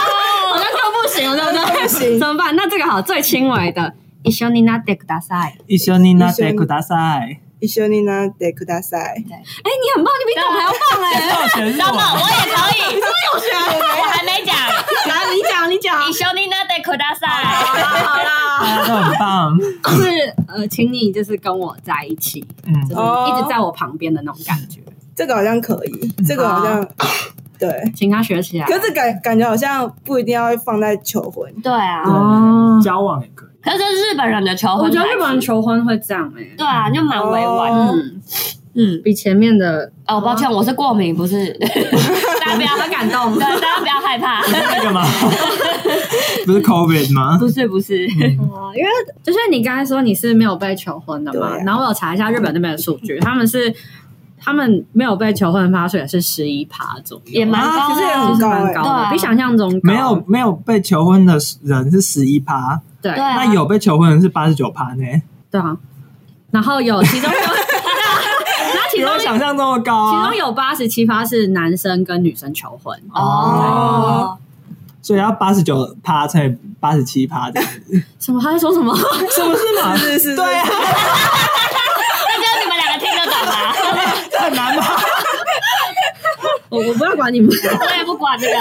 Speaker 5: 好像更不行了，对不对？
Speaker 3: 不
Speaker 5: <laughs>
Speaker 3: 行
Speaker 5: 怎么办？那这个好，最轻微的。一緒になってください。
Speaker 2: 一緒になってください。
Speaker 3: 一緒になってください。
Speaker 5: 哎，你很棒，你比董还要棒哎！
Speaker 2: 要学日文
Speaker 4: 我也可以，我还没讲。
Speaker 5: 来，你讲，你讲。
Speaker 4: 一緒になってください。
Speaker 5: 好啦，
Speaker 2: 大啊家都很棒。
Speaker 5: 就是呃，请你就是跟我在一起，
Speaker 2: 嗯
Speaker 5: 就，
Speaker 3: 哦
Speaker 5: 是一直在我旁边的那种感觉，
Speaker 3: 这个好像可以，这个好像
Speaker 5: 啊
Speaker 3: 对，
Speaker 5: 请他学起来。
Speaker 3: 可是感感觉好像不一定要放在求婚。
Speaker 4: 对啊，
Speaker 5: 哦，
Speaker 2: 交往也可以。
Speaker 4: 可是日本人的求婚，
Speaker 5: 我觉得日本人求婚会这样哎，
Speaker 4: 对啊，就蛮委婉。
Speaker 3: 哦
Speaker 5: 嗯，
Speaker 4: 嗯，
Speaker 5: 比前面的
Speaker 4: 哦，抱歉，我是过敏，不是。大家不要
Speaker 5: 感动
Speaker 4: 对，大家不要害怕。
Speaker 2: 那个吗？ <laughs> 不是 COVID 吗？
Speaker 4: 不是不是，
Speaker 5: 哦，因为就是你刚才说你是没有被求婚的嘛，
Speaker 3: 对啊
Speaker 5: 然后我有查一下日本那边的数据，他们是他们没有被求婚的发数也是十一趴左右，
Speaker 4: 也蛮高
Speaker 3: 啊其实也
Speaker 4: 的，
Speaker 3: 很
Speaker 5: 就是蛮
Speaker 3: 高
Speaker 5: 高
Speaker 4: 欸对
Speaker 5: 的，
Speaker 4: 啊
Speaker 5: 比想象中高。
Speaker 2: 没有没有被求婚的人是十一趴，
Speaker 5: 对
Speaker 4: 对啊
Speaker 2: 那有被求婚的人是八十九趴呢，
Speaker 5: 对啊，然后有其中有，然后其
Speaker 2: 比
Speaker 5: 中
Speaker 2: 我想象中的高
Speaker 5: 其
Speaker 2: 啊
Speaker 5: 中。有八十七趴是男生跟女生求婚，
Speaker 4: 哦，
Speaker 2: 所以要八十九趴乘以八十七
Speaker 5: <laughs>
Speaker 2: 趴这样子，
Speaker 5: 什么他在说什么？
Speaker 2: 是不是嘛？
Speaker 3: 是是，
Speaker 2: 对啊，
Speaker 4: 那就你们两个听得懂啦，
Speaker 2: 这很难吗？
Speaker 5: 我我不要管你们。
Speaker 4: 我也不管这个。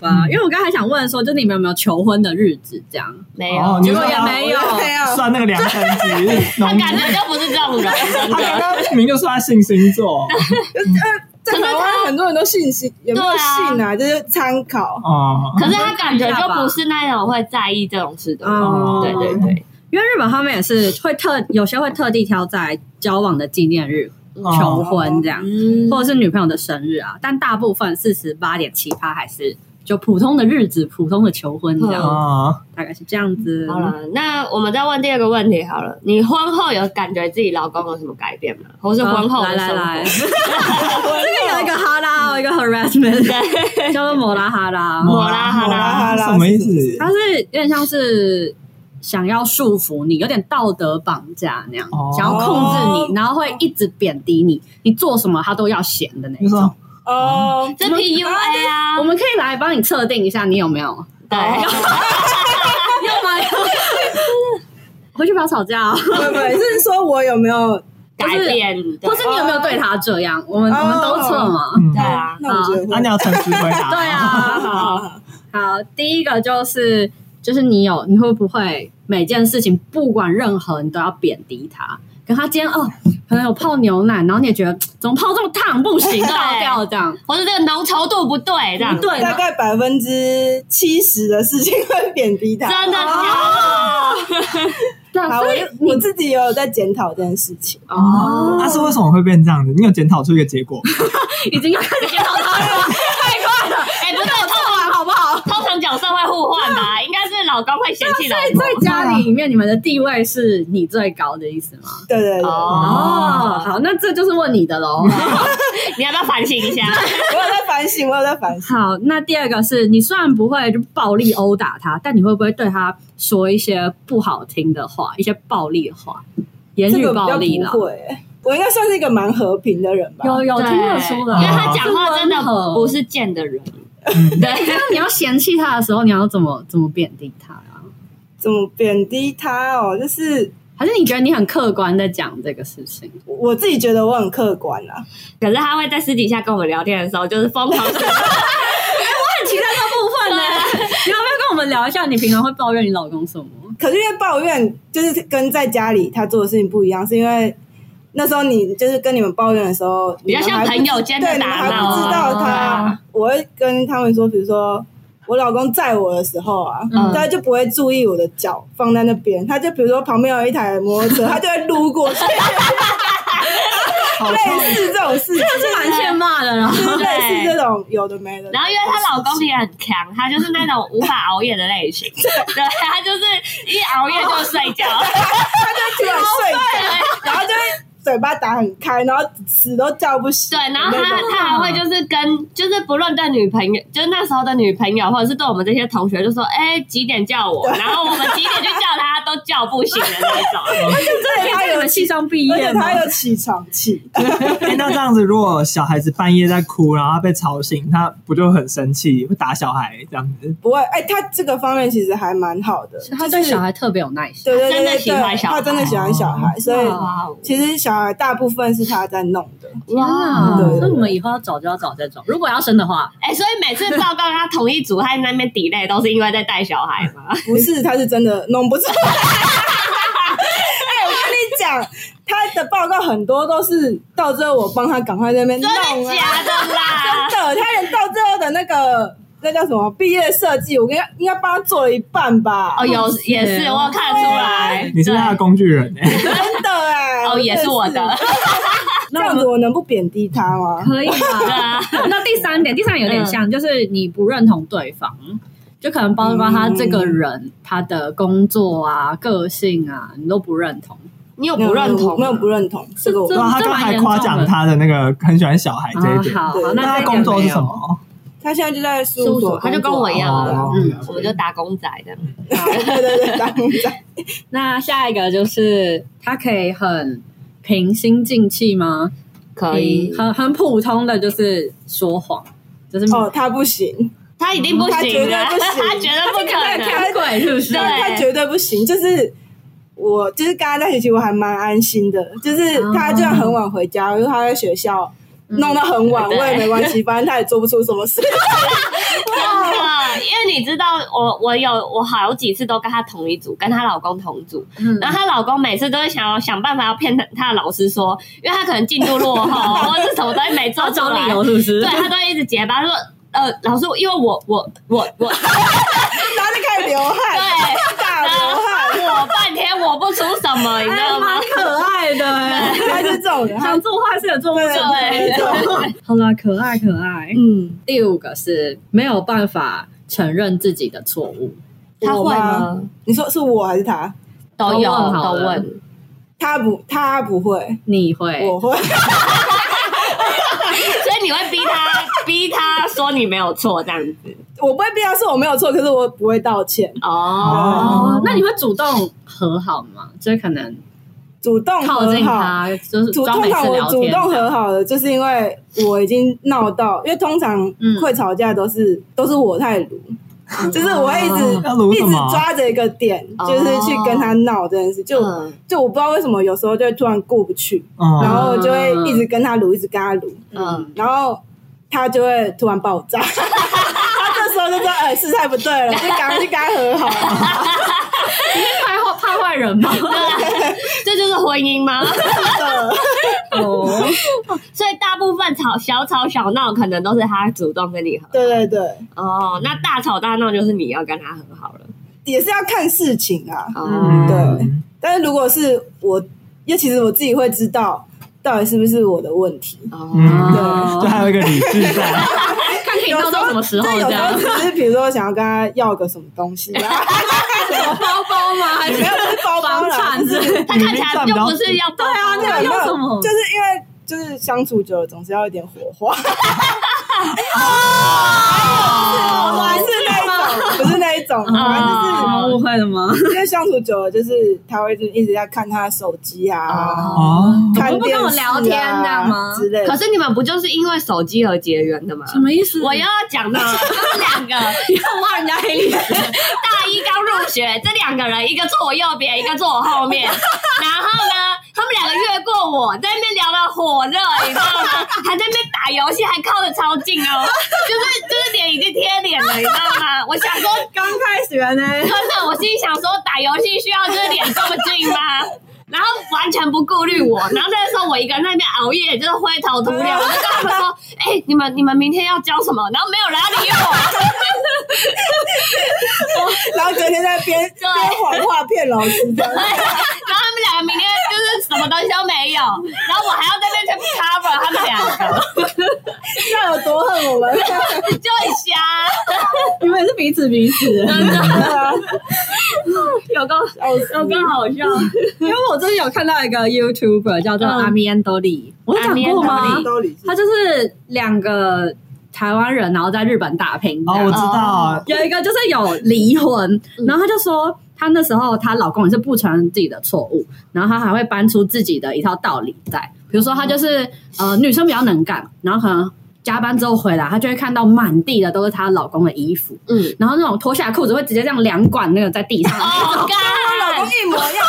Speaker 5: 吧？ <laughs> 因为我刚才想问说，就是你们有没有求婚的日子这样？
Speaker 4: 没
Speaker 2: 哦，
Speaker 4: 有，
Speaker 2: 你
Speaker 5: 结果
Speaker 2: 说
Speaker 5: 也没有
Speaker 3: 我没有，啊
Speaker 2: 算那个良辰吉
Speaker 5: <laughs>
Speaker 2: 日，
Speaker 4: 他
Speaker 2: 农
Speaker 4: 感觉就不是这种人，真
Speaker 2: 他刚
Speaker 4: 的。
Speaker 2: 刚明明就说他信星座
Speaker 3: 在台湾很多人都信信，有没有信啊？就是参考。
Speaker 2: 哦，
Speaker 4: 可是他感觉就不是那种会在意这种事的人，
Speaker 5: 哦
Speaker 4: 对对对，
Speaker 5: 因为日本他们也是会特有些会特地挑在交往的纪念日
Speaker 2: 哦
Speaker 5: 求婚这样，
Speaker 4: 嗯
Speaker 5: 或者是女朋友的生日啊，但大部分四十八点七趴还是就普通的日子、普通的求婚这样，
Speaker 2: 哦，
Speaker 5: 大概是这样子。
Speaker 4: 好了，那我们再问第二个问题好了，你婚后有感觉自己老公有什么改变吗？或是
Speaker 5: 哦，
Speaker 4: 婚后的
Speaker 5: 来来
Speaker 4: 生活
Speaker 5: 来， <laughs> 这边有一个哈拉，还有一个
Speaker 4: <laughs>
Speaker 5: harassment，叫做摩拉哈拉，
Speaker 4: 摩拉哈拉
Speaker 2: 哈哦拉什么意思？
Speaker 5: 它是有点像是想要束缚你，有点道德绑架那样，
Speaker 2: 哦
Speaker 5: 想要控制你，然后会一直贬低你，你做什么他都要嫌的那
Speaker 2: 就
Speaker 5: 种
Speaker 2: 说。
Speaker 3: 哦，
Speaker 4: 这 PUA 啊
Speaker 5: 我，们可以来帮你测定一下，你有没有？ <laughs> 有
Speaker 4: 对，
Speaker 5: 哦吗？ <laughs> 回去不要吵架哦，
Speaker 3: 不不，是说我有没有？
Speaker 4: <laughs> 改变，
Speaker 5: 或是你有没有对他这样？我们我们都测嘛。
Speaker 2: 嗯
Speaker 4: 对，啊，
Speaker 3: 那我觉得
Speaker 2: 那你
Speaker 3: 会。
Speaker 2: 要诚实回答。
Speaker 5: 对啊，好，
Speaker 3: 啊，
Speaker 5: 好，第一个就是就是你有你会不会每件事情不管任何你都要贬低他？可他今天哦，可能有泡牛奶，然后你也觉得嘖怎么泡这么烫，不行，
Speaker 4: 对
Speaker 5: 倒掉这样。
Speaker 4: 或是这个浓稠度不对，这样
Speaker 5: 对，然
Speaker 3: 大
Speaker 5: 后
Speaker 3: 概百分之七十的事情会贬低他。
Speaker 4: 真的
Speaker 5: 哦
Speaker 4: 假的？
Speaker 5: 对啊，
Speaker 3: 好，
Speaker 5: 所
Speaker 3: 我
Speaker 5: 以
Speaker 3: 就我自己也有在检讨这件事情。
Speaker 5: 哦，
Speaker 2: 啊他是为什么会变这样子？你有检讨出一个结果吗？
Speaker 5: 已经要开始检讨他了，太快了，
Speaker 4: 哎，不对，通
Speaker 5: 做完好不好？
Speaker 4: 通常角色会互换吧，应该是老公会嫌弃老
Speaker 5: <laughs> 所以
Speaker 4: 婆
Speaker 5: 在家里里面，你们的地位是你最高的意思吗？
Speaker 3: 对对对，
Speaker 2: 哦
Speaker 3: 我
Speaker 5: 哦，好，那这就是问你的喽。
Speaker 4: <laughs> 你要不要反省一下？
Speaker 3: 有在反省，我有在反省。
Speaker 5: 好，那第二个是你虽然不会就暴力殴打他，但你会不会对他说一些不好听的话，一些暴力的话，言
Speaker 3: 这
Speaker 5: 语
Speaker 3: 个
Speaker 5: 暴
Speaker 3: 比
Speaker 5: 力
Speaker 3: 较
Speaker 5: 啦？
Speaker 3: 不会欸，我应该算是一个蛮和平的人吧。
Speaker 5: 有有
Speaker 4: 对
Speaker 5: 听得出
Speaker 4: 因为
Speaker 5: 来，
Speaker 4: 他讲话真的不是贱的人，
Speaker 5: 嗯
Speaker 4: 对， <laughs>
Speaker 5: 那你要嫌弃他的时候，你要怎么怎么贬低他啊？
Speaker 3: 怎么贬低他哦？就是
Speaker 5: 还是你觉得你很客观的讲这个事情？
Speaker 3: 我自己觉得我很客观啊啦。
Speaker 4: 可是他会在私底下跟我们聊天的时候，就是疯狂说，
Speaker 5: 其他这部分呢？你要不要跟我们聊一下？你平常会抱怨你老公什么？
Speaker 3: 可是因为抱怨就是跟在家里他做的事情不一样，是因为那时候你就是跟你们抱怨的时候，
Speaker 4: 比较
Speaker 3: 你们
Speaker 4: 像
Speaker 3: 还不
Speaker 4: 朋友间的
Speaker 3: 对，你们
Speaker 4: 打
Speaker 3: 还
Speaker 4: 闹
Speaker 3: 不知
Speaker 4: 啊。
Speaker 3: 道他，我会跟他们说，比如说。我老公载我的时候啊，
Speaker 4: 嗯
Speaker 3: 他就不会注意我的脚放在那边，他就比如说旁边有一台摩托车，他就会撸过去， <laughs>
Speaker 2: 好
Speaker 3: 类似这种事情，
Speaker 5: 是蛮欠骂的啦。
Speaker 3: 就是 <laughs> 类似
Speaker 4: 对
Speaker 3: 这种有的没的。
Speaker 4: 然后因为她老公也很强，他就是那种无法熬夜的类
Speaker 3: <laughs>
Speaker 4: 型，对，他就是一熬夜就睡觉，
Speaker 3: 突然睡着， <laughs> 然后就会嘴巴打很开，然后死都叫不醒。
Speaker 4: 对，然后他
Speaker 3: 那种
Speaker 4: 他还会就是跟就是不论对女朋友，就是那时候的女朋友，或者是对我们这些同学，就说哎、几点叫我，然后我们几点去叫他都叫不醒的那
Speaker 3: <laughs>
Speaker 4: 种，
Speaker 3: 而且他
Speaker 5: 你
Speaker 3: 有
Speaker 5: 们，系上毕
Speaker 3: 而
Speaker 5: 业
Speaker 3: 且
Speaker 5: 吗
Speaker 3: 他？有起床气，
Speaker 2: 哎，那这样子，如果小孩子半夜在哭，然后他被吵醒，他不就很生气，会打小孩这样子？
Speaker 3: 不会，哎，他这个方面其实还蛮好的，
Speaker 5: 他对小孩特别有耐心。
Speaker 3: 对对
Speaker 4: 真的
Speaker 3: 对
Speaker 4: 喜
Speaker 3: 对
Speaker 4: 欢
Speaker 3: 对，
Speaker 4: 小孩
Speaker 3: 他真的喜欢小孩，所以
Speaker 4: 哇哦
Speaker 3: 其实小孩大部分是他在弄的。
Speaker 5: 哇
Speaker 3: 对对！对
Speaker 5: 那你们以后要找就要找这种，如果要生的话，
Speaker 4: <laughs> 哎、所以每次报告他同一组，他那边 delay 都是因为在带小孩嘛。
Speaker 3: 不是，他是真的弄不出来。 <laughs> 哎，我跟你讲，他的报告很多都是到最后我帮他赶快在那边弄
Speaker 4: 真的
Speaker 3: 啊，
Speaker 4: 假的啦？
Speaker 3: <laughs> 真的，他连到最后的那个那叫什么毕业设计，我跟他应该帮他做了一半吧。
Speaker 4: 哦，有 <laughs> 也是，我有看得出来。
Speaker 2: 啊你是他的
Speaker 4: 对
Speaker 2: 工具人哎、
Speaker 3: <laughs> 真的哎、
Speaker 4: 哦，也是我的。 <laughs>
Speaker 3: 这样子我能不贬低他吗？
Speaker 5: 可以
Speaker 4: 对
Speaker 5: 吧？
Speaker 4: 啊，
Speaker 5: 那第三点，第三点有点像，嗯就是你不认同对方，就可能包括他这个人、他的工作啊、个性啊，你都不认同。
Speaker 4: 你有不认同？啊
Speaker 3: 没有不认同，这个我
Speaker 5: 这
Speaker 2: <laughs> 对啊，他刚才夸奖他的那个很喜欢小孩这一点。
Speaker 5: 哦好好，
Speaker 3: 对
Speaker 2: 那
Speaker 5: 那这
Speaker 2: 他
Speaker 5: 一点
Speaker 2: 工作是
Speaker 5: 没有
Speaker 2: 什？么？
Speaker 3: 他现在就在事务
Speaker 4: 事务所
Speaker 3: 所，
Speaker 4: 他就跟我一样啊
Speaker 2: 哦
Speaker 5: 嗯
Speaker 4: 我们就打工仔的。
Speaker 3: 对对对，打工仔，
Speaker 5: 那下一个就是他可以很平心静气吗？
Speaker 4: 可以
Speaker 5: 嗯，很很普通的就是说谎，就是
Speaker 3: 哦，他不行，
Speaker 4: 他一定不
Speaker 3: 他
Speaker 4: 行
Speaker 3: 绝
Speaker 4: 的，
Speaker 3: 对不行
Speaker 4: 他绝对不可
Speaker 3: 他
Speaker 4: 能。
Speaker 3: 绝
Speaker 5: 鬼是不是？
Speaker 4: 对
Speaker 3: 他绝对不行，就是。我就是跟他在一起，其实我还蛮安心的。就是他就算很晚回家，因为他在学校，弄到很晚，
Speaker 4: 嗯对
Speaker 3: 我也没关系，反正他也做不出什么事。 <laughs>
Speaker 4: 真的，因为你知道，我我有我好几次都跟她同一组，跟她老公同组，
Speaker 5: 嗯
Speaker 4: 然后她老公每次都会想要想办法要骗她她的老师说，因为她可能进度落后或者是什么东西没做
Speaker 5: 要
Speaker 4: 出
Speaker 5: 找
Speaker 4: 来
Speaker 5: 理，由是不是？
Speaker 4: 对她都会一直结巴她说。呃，老师，因为我我我我，
Speaker 3: 然后就开始流 <laughs> 汗，
Speaker 4: 对，
Speaker 3: 大流汗，
Speaker 4: <laughs> 我半天我不出什么，你知
Speaker 5: 哎，
Speaker 4: 道吗
Speaker 5: 蛮？可爱的哎，
Speaker 3: 他是这种
Speaker 5: <laughs>
Speaker 3: 人。他
Speaker 5: 想做坏事也做不
Speaker 3: 对
Speaker 5: 成。
Speaker 4: 对
Speaker 3: 没错
Speaker 5: 好啦，可爱可爱。
Speaker 3: 嗯，
Speaker 5: 第五个是没有办法承认自己的错误，
Speaker 4: 他
Speaker 3: 我
Speaker 4: 会
Speaker 3: 吗？
Speaker 4: 吗？
Speaker 3: 你说是我还是他？
Speaker 4: 都有
Speaker 5: 都问好
Speaker 4: 都
Speaker 5: 了
Speaker 4: 问，
Speaker 3: 他不，他不会，
Speaker 5: 你会？
Speaker 3: 我会。 <laughs>
Speaker 4: 所以你会逼他逼他说你没有错这样子
Speaker 3: 我不会逼他说我没有错，可是我不会道歉，
Speaker 5: 哦
Speaker 3: 哦，
Speaker 5: 那你会主动和好吗？就是可能
Speaker 3: 主动
Speaker 5: 靠
Speaker 3: 和
Speaker 5: 近
Speaker 3: 好。
Speaker 5: 他，就是
Speaker 3: 主
Speaker 5: 装
Speaker 3: 通
Speaker 5: 没
Speaker 3: 常
Speaker 5: 事
Speaker 3: 我
Speaker 5: 聊
Speaker 3: 主
Speaker 5: 天这样。
Speaker 3: 动和好的，就是因为我已经闹到，因为通常
Speaker 5: 嗯
Speaker 3: 会吵架都是、都是我太
Speaker 5: <laughs>
Speaker 3: 鲁，就是我会一
Speaker 5: 啊
Speaker 3: 直、
Speaker 2: 要撸
Speaker 3: 一
Speaker 2: 什
Speaker 3: 直
Speaker 2: 么？
Speaker 3: 抓着一个点，
Speaker 5: 哦
Speaker 3: 就是去跟他闹这件事，就、
Speaker 4: 嗯
Speaker 3: 就我不知道为什么有时候就会突然过不去，然
Speaker 2: 嗯，
Speaker 3: 后我就会一直跟他撸，一直跟他撸，
Speaker 4: 嗯，
Speaker 3: 然后他就会突然爆
Speaker 5: <laughs>
Speaker 3: 炸。他这时候就说：“哎、事态不对了，就赶快去跟他和好。
Speaker 5: 派坏派坏人吗？
Speaker 4: 这就是婚姻吗？
Speaker 5: <laughs>
Speaker 4: <laughs>
Speaker 3: 嗯
Speaker 5: 哦，
Speaker 4: 所以大部分吵小吵小闹，可能都是他主动跟你和”
Speaker 3: 对对对，
Speaker 4: 哦。那大吵大闹就是你要跟他和好了
Speaker 3: 也是要看事情啊。
Speaker 2: 嗯
Speaker 4: 哦。
Speaker 3: 对但是如果是我，因为其实我自己会知道到底是不是我的问题。
Speaker 4: 哦，
Speaker 2: 就还有一个理智在，
Speaker 5: 看可以闹到什么时候
Speaker 3: 对，
Speaker 5: 这
Speaker 3: 有时
Speaker 5: 样
Speaker 3: 候？只是比如说想要跟他要个什么东西
Speaker 5: <laughs>
Speaker 3: 啊，
Speaker 5: 包包吗？还
Speaker 3: 没
Speaker 5: 是
Speaker 3: 有不是包包
Speaker 5: 房
Speaker 3: 啦，
Speaker 5: 产之哦类的？
Speaker 4: 他看起来
Speaker 2: 嗯
Speaker 4: 就不是要对啊
Speaker 5: 那要要什么
Speaker 3: 就是因为就是相处久了总是要一点火花。
Speaker 5: 哎
Speaker 3: 哦，不是那一种，不是那一种，反
Speaker 4: 哦
Speaker 3: 正
Speaker 5: 误会了吗？
Speaker 3: 就是因为相处久了，就是他会就一直在看他的手机啊，
Speaker 2: 哦，
Speaker 3: 看
Speaker 5: 怎么不
Speaker 3: 电
Speaker 5: 跟我
Speaker 3: 视
Speaker 5: 聊天这样
Speaker 3: 啊
Speaker 5: 吗
Speaker 3: 之类的
Speaker 4: 可。是你们不就是因为手机而结缘的吗？
Speaker 5: 什么意思？
Speaker 4: 我又要讲到就是两个
Speaker 5: 要挖人家黑历史？
Speaker 4: 大一刚入学，这两个人一个坐我右边，一个坐我后
Speaker 5: <laughs>
Speaker 4: 面。然后呢，他们两个越过我，在那边聊得火热，你知道吗？还在那边打游戏，还靠得超近哦，就是就是脸已经贴脸了，你知道吗？我想说，
Speaker 5: 刚开学呢？
Speaker 4: <laughs> 真的，我心里想说，打游戏需要就是脸这么近吗？然后完全不顾虑我，然后那时候我一个人在那边熬夜，就是灰头土脸，我就跟他们说：“哎、你们你们明天要教什么？”然后没有人要理我，
Speaker 3: <laughs> 然后隔天在编编谎话骗老师的，
Speaker 4: 然后他们两个明天就是什么东西都没有，然后我还要在那边去 cover 他们两个，
Speaker 3: 那有多恨我
Speaker 5: <laughs>
Speaker 3: 们？
Speaker 4: 就很瞎，
Speaker 5: <laughs> 你们也是彼此彼此。
Speaker 4: 真的
Speaker 5: 有个
Speaker 3: 笑死
Speaker 4: 有更好笑。
Speaker 5: <laughs> 因为我最近有看到一个 YouTuber 叫做
Speaker 4: 嗯
Speaker 5: 阿米安多利，我有讲过吗？
Speaker 3: 兜里
Speaker 5: 他就是两个台湾人，然后在日本打拼。
Speaker 2: 哦，我知道，
Speaker 5: 有一个就是有离婚，然后他就说。她那时候，她老公也是不承认自己的错误，然后她还会搬出自己的一套道理在，比如说她就是呃女生比较能干，然后可能加班之后回来，她就会看到满地的都是她老公的衣服，
Speaker 4: 嗯，
Speaker 5: 然后那种脱下来裤子会直接这样两管那个在 <laughs> 地上，
Speaker 4: 哦，
Speaker 3: 老公
Speaker 4: 干，
Speaker 3: 一模一样，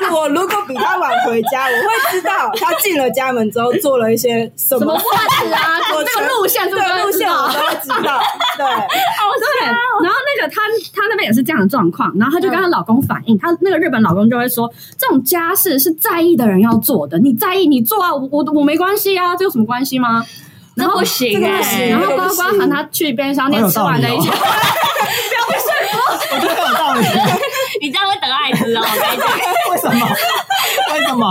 Speaker 3: 就是我我如果比他晚回家，我会知道他进了家门之后做了一些什
Speaker 5: 什么
Speaker 3: 么
Speaker 5: 袜子
Speaker 3: <laughs>
Speaker 5: 啊，
Speaker 3: 我
Speaker 5: 那个
Speaker 3: 全
Speaker 5: 路线是不是
Speaker 3: 对路线我
Speaker 5: 好
Speaker 3: 都会知道，
Speaker 5: <laughs>
Speaker 3: 对，
Speaker 5: 对，然后那个她她那边也是这样的状况，然后她就跟她老公反映，她那个日本老公就会说，这种家事是在意的人要做的，你在意你做啊，我我我没关系啊，这有什么关系吗？然后
Speaker 4: 不行
Speaker 3: 这个不
Speaker 4: 哎
Speaker 3: 行
Speaker 5: 然后包括喊她去便利商店吃完的一些，
Speaker 2: 我觉得很有道理， <laughs>
Speaker 4: 你这样会得艾滋哦，我跟你讲，
Speaker 2: 为什么？为什么？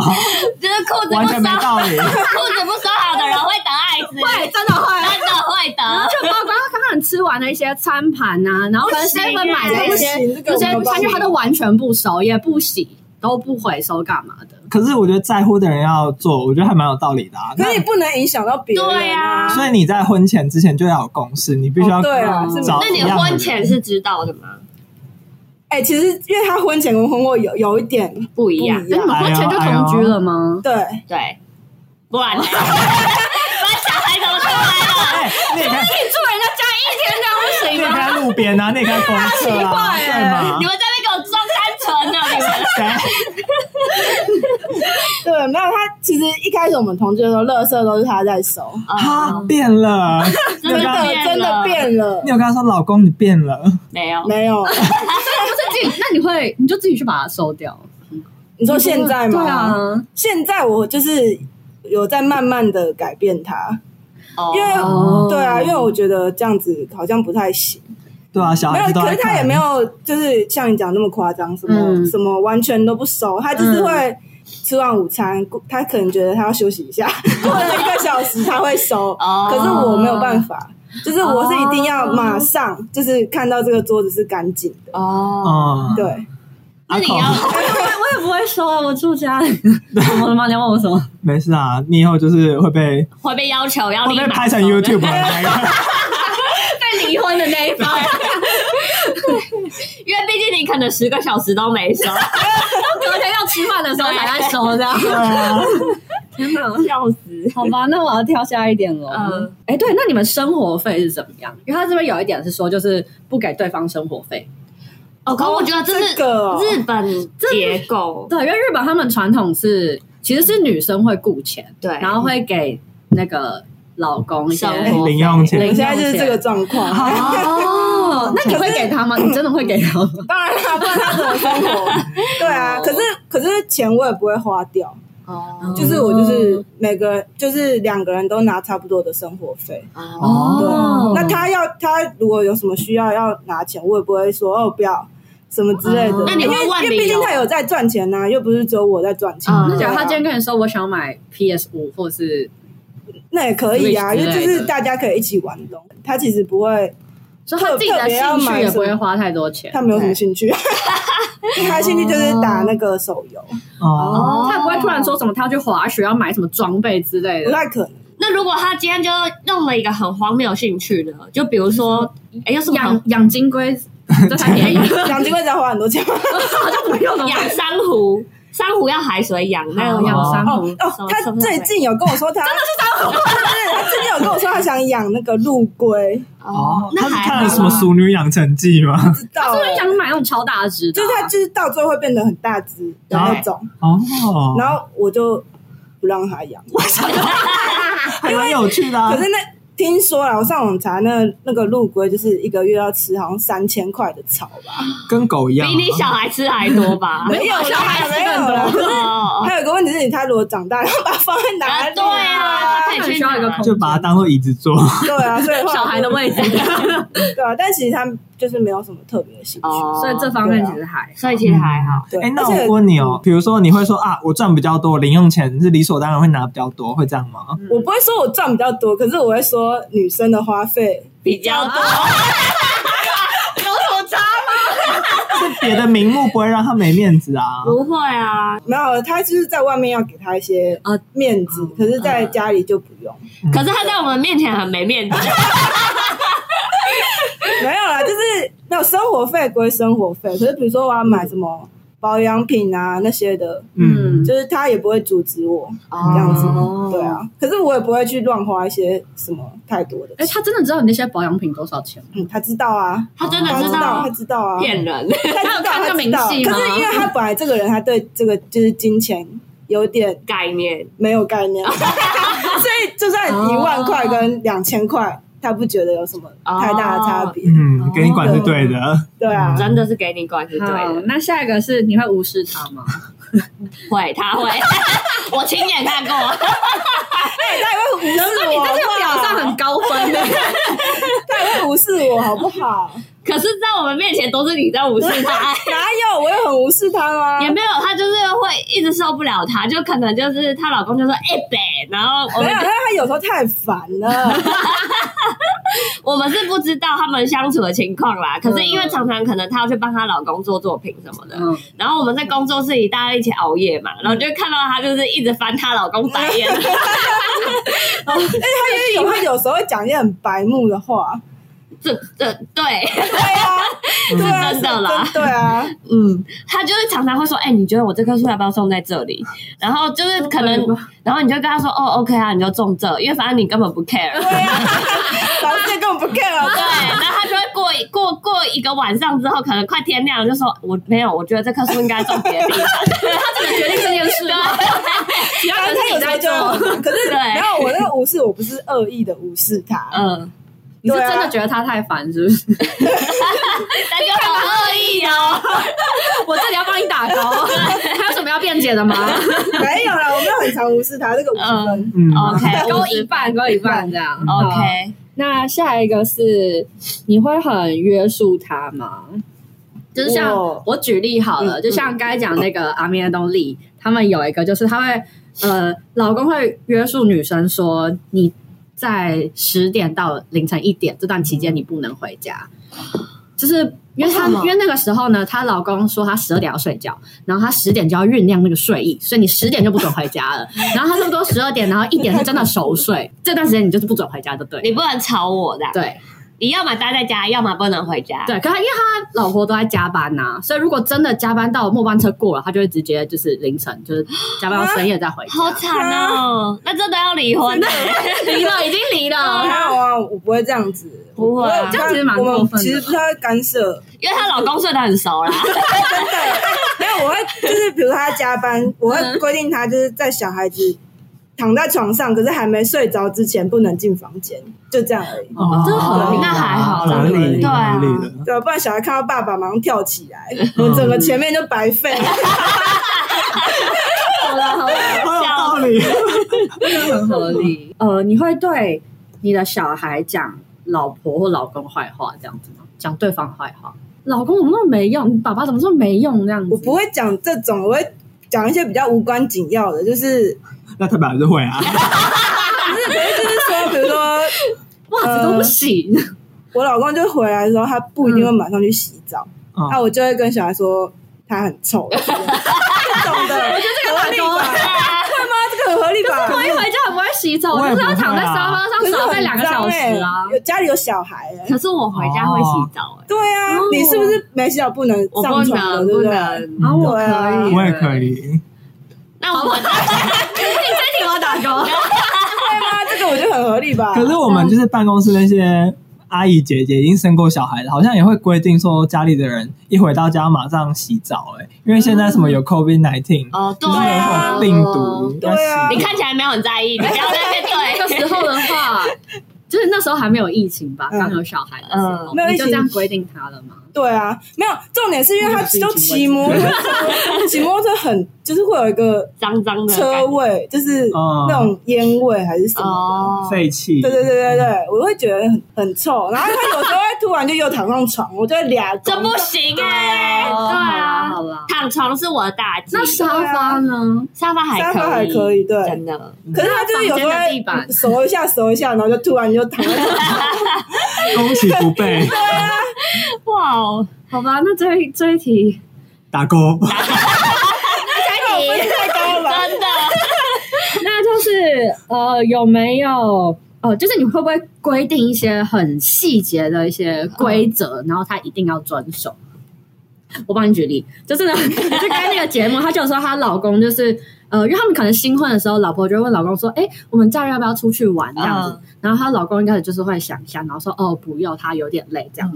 Speaker 4: 就是裤子
Speaker 2: 完全
Speaker 4: 不
Speaker 2: 没
Speaker 4: 收，
Speaker 2: 道理，
Speaker 4: 裤子不收好的人会得艾滋，
Speaker 5: 会真的会。
Speaker 4: 真的会得。
Speaker 5: 就包括她刚刚吃完的一些餐盘呐、啊，然后跟
Speaker 4: 不
Speaker 5: s
Speaker 4: 行
Speaker 5: e 买的一些
Speaker 3: 这个不行这
Speaker 5: 这
Speaker 3: 个
Speaker 5: 些
Speaker 3: 我没办法
Speaker 5: 餐具，她都完全不熟，也不洗，都不回收，干嘛的？
Speaker 2: 可是我觉得在乎的人要做，我觉得还蛮有道理的、啊。
Speaker 3: 可是你不能影响到别人，
Speaker 4: 对啊
Speaker 2: 所以你在婚前之前就要有共识，你必须要、
Speaker 3: 哦对啊是
Speaker 2: 找
Speaker 4: 那你
Speaker 2: 一样的
Speaker 4: 婚前
Speaker 2: 人
Speaker 4: 是知道的吗？
Speaker 3: 哎，其实因为他婚前跟婚后有有一点
Speaker 4: 不
Speaker 3: 不
Speaker 4: 一
Speaker 3: 一
Speaker 4: 样
Speaker 3: 样，，
Speaker 5: 那你们婚前就同居了吗？
Speaker 3: 对，
Speaker 4: 对，不然呢？
Speaker 2: 哦
Speaker 4: <laughs> 不然小孩怎么出来啊了？
Speaker 2: 哎，你也可以，
Speaker 5: 你住人家
Speaker 4: <laughs>
Speaker 5: 家一
Speaker 2: 你
Speaker 5: 天
Speaker 2: 也
Speaker 5: 这样
Speaker 2: 可以
Speaker 5: 不行吗？
Speaker 2: 在路边啊，你也可以在公厕啊，对吗
Speaker 4: 啊
Speaker 2: <laughs>
Speaker 4: 你？们在那边给我装单纯呢？你们。
Speaker 3: 对，没有他其实一开始我们同居的时候，垃圾都是他在收，
Speaker 2: 他
Speaker 4: 嗯
Speaker 2: 啊变了，
Speaker 4: 真
Speaker 3: 真
Speaker 4: 的
Speaker 3: 的
Speaker 4: 变了
Speaker 3: 真的变了
Speaker 2: 你，有跟他说老公你变了，
Speaker 4: 没有，
Speaker 3: 没有？
Speaker 5: 自己，那你会你就自己去把它收掉。
Speaker 3: 你说现在吗？
Speaker 5: 对啊，
Speaker 3: 现在我就是有在慢慢的改变他，
Speaker 4: 哦
Speaker 3: 因为、
Speaker 5: 哦
Speaker 3: 对啊，因为我觉得这样子好像不太行。
Speaker 2: 对啊，小
Speaker 3: 没有
Speaker 2: 孩，子都
Speaker 3: 可
Speaker 2: 在
Speaker 3: 是他
Speaker 2: 看
Speaker 3: 也没有就是像你讲那么夸张，什么、
Speaker 5: 嗯
Speaker 3: 什么完全都不熟，他就是会吃完午餐，过他可能觉得他要休息一下，过了一个小时他会熟，
Speaker 4: 哦
Speaker 3: 可是我没有办法。就是我是一定要马上，就是看到这个桌子是干净的，
Speaker 4: 哦，
Speaker 2: 嗯，
Speaker 3: 对，
Speaker 4: 那你
Speaker 2: 口
Speaker 4: 要
Speaker 5: 我也不会收啊，我住家里。什么了吗？你要问我什么？
Speaker 2: 没事啊，你以后就是会被
Speaker 4: 会被要求要
Speaker 2: 会
Speaker 4: 哦立
Speaker 2: 被
Speaker 4: 马
Speaker 2: 拍成
Speaker 4: 收
Speaker 2: YouTube 的那个。
Speaker 5: 被离婚的那一方，
Speaker 4: <laughs> 因为毕竟你可能十个小时都没收，
Speaker 5: <laughs> 隔天要吃饭的时候才在收这样。
Speaker 2: 对啊
Speaker 3: 哦
Speaker 5: 天哪！
Speaker 4: 笑死。
Speaker 5: 好吧，那我要跳下一点喽。
Speaker 4: 嗯
Speaker 5: 嗯，哎，对，那你们生活费是怎么样？因为他这边有一点是说，就是不给对方生活费。
Speaker 4: 哦，可我觉得这是
Speaker 3: 这个哦
Speaker 4: 日本结构，
Speaker 5: 对，因为日本他们传统是其实是女生会顾钱，
Speaker 4: 对
Speaker 5: 然后会给那个老公一些
Speaker 4: 生活
Speaker 2: 哎零用钱
Speaker 5: 零
Speaker 3: 我现在就是这个状况。
Speaker 5: 哦，那你会给他吗？你真的会给他吗？
Speaker 3: 当然啦，不然他怎么生活？对啊，可是可是钱我也不会花掉，
Speaker 4: 哦
Speaker 3: 就是我就是每个人就是两个人都拿差不多的生活费。
Speaker 4: 哦，
Speaker 3: 对，
Speaker 5: 哦
Speaker 3: 那他要他如果有什么需要要拿钱，我也不会说哦不要什么之类的
Speaker 5: 哦。
Speaker 4: 那你会
Speaker 3: 因为
Speaker 4: 问
Speaker 3: 因为
Speaker 4: 理由
Speaker 3: 毕竟他有在赚钱呐、又不是只有我在赚钱。
Speaker 4: 嗯
Speaker 5: 那假
Speaker 3: 对啊
Speaker 5: 如他今天跟你说我想买 PS 五或是，
Speaker 3: 那也可以啊，
Speaker 5: Switch
Speaker 3: 因
Speaker 5: 之
Speaker 3: 为
Speaker 5: 类的
Speaker 3: 就是大家可以一起玩的东西。他其实不会，
Speaker 5: 所以他自己的兴趣也不会花太多钱，
Speaker 3: 他没有什么兴趣，一开兴趣就是打那个手游，
Speaker 2: 哦，
Speaker 5: 哦，他也不会突然说什么他要去滑雪要买什么装备之类
Speaker 3: 不
Speaker 5: 的。
Speaker 3: 太可能。
Speaker 4: 那如果他今天就弄了一个很荒谬的兴趣呢？就比如说，哎，有什么
Speaker 5: 养
Speaker 4: 很
Speaker 5: 养金龟，这太 <laughs> 便宜了，
Speaker 3: 养金龟只要花很多钱吗？
Speaker 5: 就不用了。
Speaker 4: 养
Speaker 5: <laughs>
Speaker 4: 珊瑚，珊瑚要海水养，那
Speaker 5: 好
Speaker 4: 种
Speaker 5: 养珊
Speaker 3: 哦
Speaker 5: 瑚，
Speaker 3: 哦，他最近有跟我说他真的是他， <laughs> 对，他最近有跟我说他想养那个陆龟，
Speaker 2: 哦，
Speaker 4: 那
Speaker 2: 他是
Speaker 4: 还
Speaker 2: 看
Speaker 4: 好
Speaker 2: 了什么《
Speaker 4: 啊
Speaker 2: 熟女养成记》吗？
Speaker 3: 知道
Speaker 5: 他
Speaker 3: 哦
Speaker 5: 是不是想买那种超大只的
Speaker 3: 就
Speaker 5: 啊？
Speaker 3: 是他就是到最后会变得很大只的那种，
Speaker 2: 哦，
Speaker 3: 然后我就不让他养，
Speaker 2: 还蛮有趣的啊
Speaker 3: 可。是那。听说了，我上网查那那个陆龟就是一个月要吃好像三千块的草吧，
Speaker 2: 跟狗一样啊，
Speaker 4: 比你小孩吃还多吧？
Speaker 3: 没有啦
Speaker 4: 啊小孩吃
Speaker 3: 没有
Speaker 4: 更
Speaker 3: 啦
Speaker 4: 多。哦哦
Speaker 3: 还有个问题是你，它如果长大，然后把它放在哪
Speaker 4: 啊
Speaker 3: 里？
Speaker 4: 对啊，他可以去
Speaker 5: 需要一个
Speaker 4: 哪
Speaker 5: 空
Speaker 2: 就把它当做椅子坐。
Speaker 3: 对啊，所以后来
Speaker 5: 小孩的位置，
Speaker 3: <laughs> 对啊，但其实它就是没有什么特别的兴趣。
Speaker 4: 哦，
Speaker 5: 所以这方面其实还
Speaker 4: 所以其实还好。
Speaker 3: 对，
Speaker 2: 哎，那
Speaker 3: 而且
Speaker 2: 我问你哦，比如说你会说啊，我赚比较多，零用钱是理所当然会拿比较多，会这样吗？
Speaker 3: 我不会说我赚比较多，可是我会说女生的花费
Speaker 4: 比较多，
Speaker 2: 是别的名目不会让他没面子啊。
Speaker 4: 不会啊。
Speaker 3: 没有，他就是在外面要给他一些
Speaker 5: 啊
Speaker 3: 面子，可是在家里就不用。
Speaker 4: 可是他在我们面前很没面子，
Speaker 3: 没有啦，就是没有生活费归生活费，可是比如说我要买什么保养品啊那些的，
Speaker 2: 嗯，
Speaker 3: 就是他也不会阻止我这样
Speaker 5: 哦
Speaker 3: 子。对啊，可是我也不会去乱花一些什么太多的
Speaker 5: 哎，
Speaker 3: 钱。
Speaker 5: 他真的知道你那些保养品多少钱吗？
Speaker 3: 嗯，他知道啊，
Speaker 4: 他真的
Speaker 3: 他
Speaker 4: 知
Speaker 3: 道，
Speaker 4: 道
Speaker 3: 他知道啊，
Speaker 4: 骗人。
Speaker 3: 他知道，
Speaker 5: 他有看
Speaker 3: 他
Speaker 5: 过
Speaker 3: 知道。可
Speaker 5: 明细吗
Speaker 3: 是因为他本来这个人，他对这个就是金钱有点
Speaker 4: 概念
Speaker 3: 没有概念，所以就算一万块跟两千块，他不觉得有什么太大的差别。
Speaker 2: 嗯，给你管是对的。
Speaker 3: 对啊，
Speaker 4: 真的是给你管是对
Speaker 5: 好，
Speaker 4: 的，
Speaker 5: 那下一个是你会无视他 <laughs> 吗？
Speaker 4: 会他会，我亲眼看过，
Speaker 3: 他也会无视我，
Speaker 5: 但是表上很高分欸的，
Speaker 3: 他也会无视我，好不好？
Speaker 4: 可是，在我们面前都是你在无视他，
Speaker 3: <laughs> 哪有？我也很无视他吗？
Speaker 4: 也没有，他就是会一直受不了他，就可能就是她老公就说哎呗，然后我
Speaker 3: 没
Speaker 4: 们
Speaker 3: 有，因为他有时候太烦了。
Speaker 4: 我们是不知道他们相处的情况啦，可是因为常常可能她要去帮她老公做作品什么的，
Speaker 5: 嗯，
Speaker 4: 然后我们在工作室里大家一起熬夜嘛，然后就看到她就是一直翻她老公白眼， <laughs>
Speaker 3: 他也有，他有时候会讲一些很白目的话。
Speaker 4: 这这对，
Speaker 3: 对啊，对啊，
Speaker 4: 真的啦
Speaker 3: 真对啊，
Speaker 4: <laughs> 嗯，她就是常常会说，哎、你觉得我这棵树要不要种在这里？然后就是可能，然后你就跟她说，哦，OK 啊，你就种这，因为反正你根本不 care。
Speaker 3: 对啊，老师也根本不 care 啊。
Speaker 4: <laughs> 对，然后他就会过过过一个晚上之后，可能快天亮了，就说我没有，我觉得这棵树应该种别的地方。
Speaker 5: 他怎么决定这件事？ <laughs> 只要
Speaker 3: 反正
Speaker 5: 是
Speaker 3: 他有
Speaker 5: 你在
Speaker 3: 才就好
Speaker 5: 做，
Speaker 3: 嘛。 <laughs> 可是
Speaker 4: 对
Speaker 3: 没有我那个无视，我不是恶意的无视他，
Speaker 4: 嗯，
Speaker 5: 你是
Speaker 3: 对啊
Speaker 5: 真的觉得他太烦，是不是？
Speaker 4: 大家好恶意哦。
Speaker 5: <laughs> 我这里要帮你 <laughs> 打勾，还有什么要辩解的吗？
Speaker 3: 没有啦，我没有很常无视他，这个五十分。
Speaker 2: 嗯
Speaker 4: 哦 OK
Speaker 5: <laughs> <laughs> 勾一半，勾一半这样。好
Speaker 4: OK，
Speaker 5: 那下一个是你会很约束他吗？就是像
Speaker 3: 我
Speaker 5: 我嗯举例好了，
Speaker 3: 嗯
Speaker 5: 就像刚才讲那个阿米的东丽，他们有一个就是他会呃，老公会约束女生说你在十点到凌晨一点这段期间你不能回家，就是。因为
Speaker 4: 为
Speaker 5: 她
Speaker 4: 什么
Speaker 5: 因为那个时候呢，她老公说她十二点要睡觉，然后她十点就要酝酿那个睡意，所以你十点就不准回家了。然后她差不多十二点，然后一点是真的熟睡，这段时间你就是不准回家就对了。
Speaker 4: 你不能吵我的，
Speaker 5: 对，
Speaker 4: 你要么待在家，要么不能回家。
Speaker 5: 对，可他因为他老婆都在加班呐、所以如果真的加班到末班车过了，他就会直接就是凌晨，就是加班到深夜再回
Speaker 4: 好
Speaker 5: 家。
Speaker 4: 惨哦，那真的要离婚了。
Speaker 5: 离了，已经离了。
Speaker 3: 还好啊，我不会这样子，
Speaker 4: 不会啊
Speaker 3: 我
Speaker 5: 这样其实蛮
Speaker 3: 我
Speaker 5: 过
Speaker 3: 们
Speaker 5: 分的
Speaker 3: 其实不太会干涉，
Speaker 4: 因为她老公睡得很熟啦，
Speaker 3: 真的。没有，我会就是比如他加班，我会规定他就是在小孩子躺在床上，可是还没睡着之前不能进房间，就这样而已。
Speaker 2: 哦
Speaker 5: 这合理
Speaker 4: 那还好啦
Speaker 2: 合理，
Speaker 4: 对啊
Speaker 2: 合理的。
Speaker 3: 对，不然小孩看到爸爸马上跳起来，我整个前面就白费。
Speaker 5: 好了好了，
Speaker 2: 好有道理，
Speaker 5: 很合理。呃，你会对你的小孩讲老婆或老公坏话这样子吗？讲对方坏话？老公怎么那么没用？你爸爸怎么这么没用？这样子？
Speaker 3: 我不会讲这种，我会讲一些比较无关紧要的，就是
Speaker 2: 那他本来就会
Speaker 3: <laughs>
Speaker 2: 啊。
Speaker 3: 就是说，比如说
Speaker 5: <laughs>
Speaker 3: 呃
Speaker 5: 袜子都不洗。
Speaker 3: 我老公就回来的时候，他不一定会马上去洗澡，
Speaker 2: 嗯
Speaker 3: 那、我就会跟小孩说他很
Speaker 2: <laughs>
Speaker 3: 臭，这种的，我觉得合理吧？会吗？这个很合理吧？
Speaker 5: 我一回家也不会洗澡，
Speaker 2: 我
Speaker 5: 我
Speaker 2: 也
Speaker 5: 就
Speaker 2: 不会啊
Speaker 5: 是要躺在沙发
Speaker 3: 可是
Speaker 5: 上少睡
Speaker 3: 很
Speaker 5: 两个小
Speaker 3: 脏
Speaker 5: 时
Speaker 3: 欸
Speaker 5: 啊。
Speaker 3: 有家里有小孩、欸，
Speaker 4: 可是我回家会洗澡哎，
Speaker 3: 对啊，
Speaker 5: 哦
Speaker 3: 你是不是没洗澡不能
Speaker 4: 我不
Speaker 3: 上床了，
Speaker 4: 能
Speaker 3: 对
Speaker 4: 不
Speaker 3: 对？
Speaker 4: 能。
Speaker 5: 啊，我可
Speaker 3: 对啊
Speaker 5: 以，
Speaker 2: 我也哦可。以，
Speaker 4: 那我
Speaker 5: <laughs> 哦
Speaker 4: 们
Speaker 5: 这题我打勾。
Speaker 3: 对吗？这个我就很合理吧？
Speaker 2: 可是我们就是办公室那些阿姨姐姐已经生过小孩了，好像也会规定说家里的人一回到家马上洗澡、欸，哎，因为现在什么有 COVID nineteen，、
Speaker 4: 哦对
Speaker 2: 就是有
Speaker 4: 啊
Speaker 2: 什，么病毒，
Speaker 3: 嗯对啊
Speaker 2: 要洗
Speaker 4: 你看起来没有很在意，你不要在那边对。
Speaker 5: <laughs> 那时候的话，
Speaker 3: <laughs>
Speaker 5: 就是那时候还没有疫情吧，
Speaker 3: 嗯
Speaker 5: 刚有小孩的时候，
Speaker 3: 嗯没有
Speaker 5: 你
Speaker 3: 疫情
Speaker 5: 就这样规定他了吗？
Speaker 3: 对啊，没有重点是因为他
Speaker 5: 嗯
Speaker 3: 都骑摩托
Speaker 2: <laughs>
Speaker 3: 车，骑摩托车很就是会有一个
Speaker 4: 脏脏的感觉
Speaker 3: 车味，就是
Speaker 2: 嗯
Speaker 3: 那种烟味还是什么的。
Speaker 4: 哦，
Speaker 2: 废气，
Speaker 3: 对对对对对，我会觉得很很臭，然后他有时候会突然就又躺上床，我就会俩
Speaker 4: 这不行哎，对
Speaker 3: 哦
Speaker 5: 好啦
Speaker 4: 啊
Speaker 5: 好，啦。
Speaker 4: 躺床是我的大忌，
Speaker 5: 那沙发呢？
Speaker 4: 沙发还
Speaker 3: 沙发还
Speaker 4: 可
Speaker 3: 可以，对。
Speaker 4: 真的。
Speaker 3: 可是他就是有时候
Speaker 5: 那房间的地板
Speaker 3: 会熟一下熟一下，然后就突然就躺在床上。
Speaker 2: 恭喜不备，
Speaker 4: 哇哦，
Speaker 5: 好吧，那这一这一题，
Speaker 2: 打勾。
Speaker 3: 分太高了吧？
Speaker 4: 哎 <laughs> 真的，
Speaker 5: <laughs> 那就是呃，有没有呃，就是你会不会规定一些很细节的一些规则，然后他一定要遵守？我帮你举例，就是呢， <laughs> 就刚刚那个节目，她就有说她老公就是呃，因为他们可能新婚的时候，老婆就会问老公说：“哎、我们假日要不要出去玩？”这样子，然后她老公一开始就是会想一下，然后说：“哦，不用，她有点累。”这样。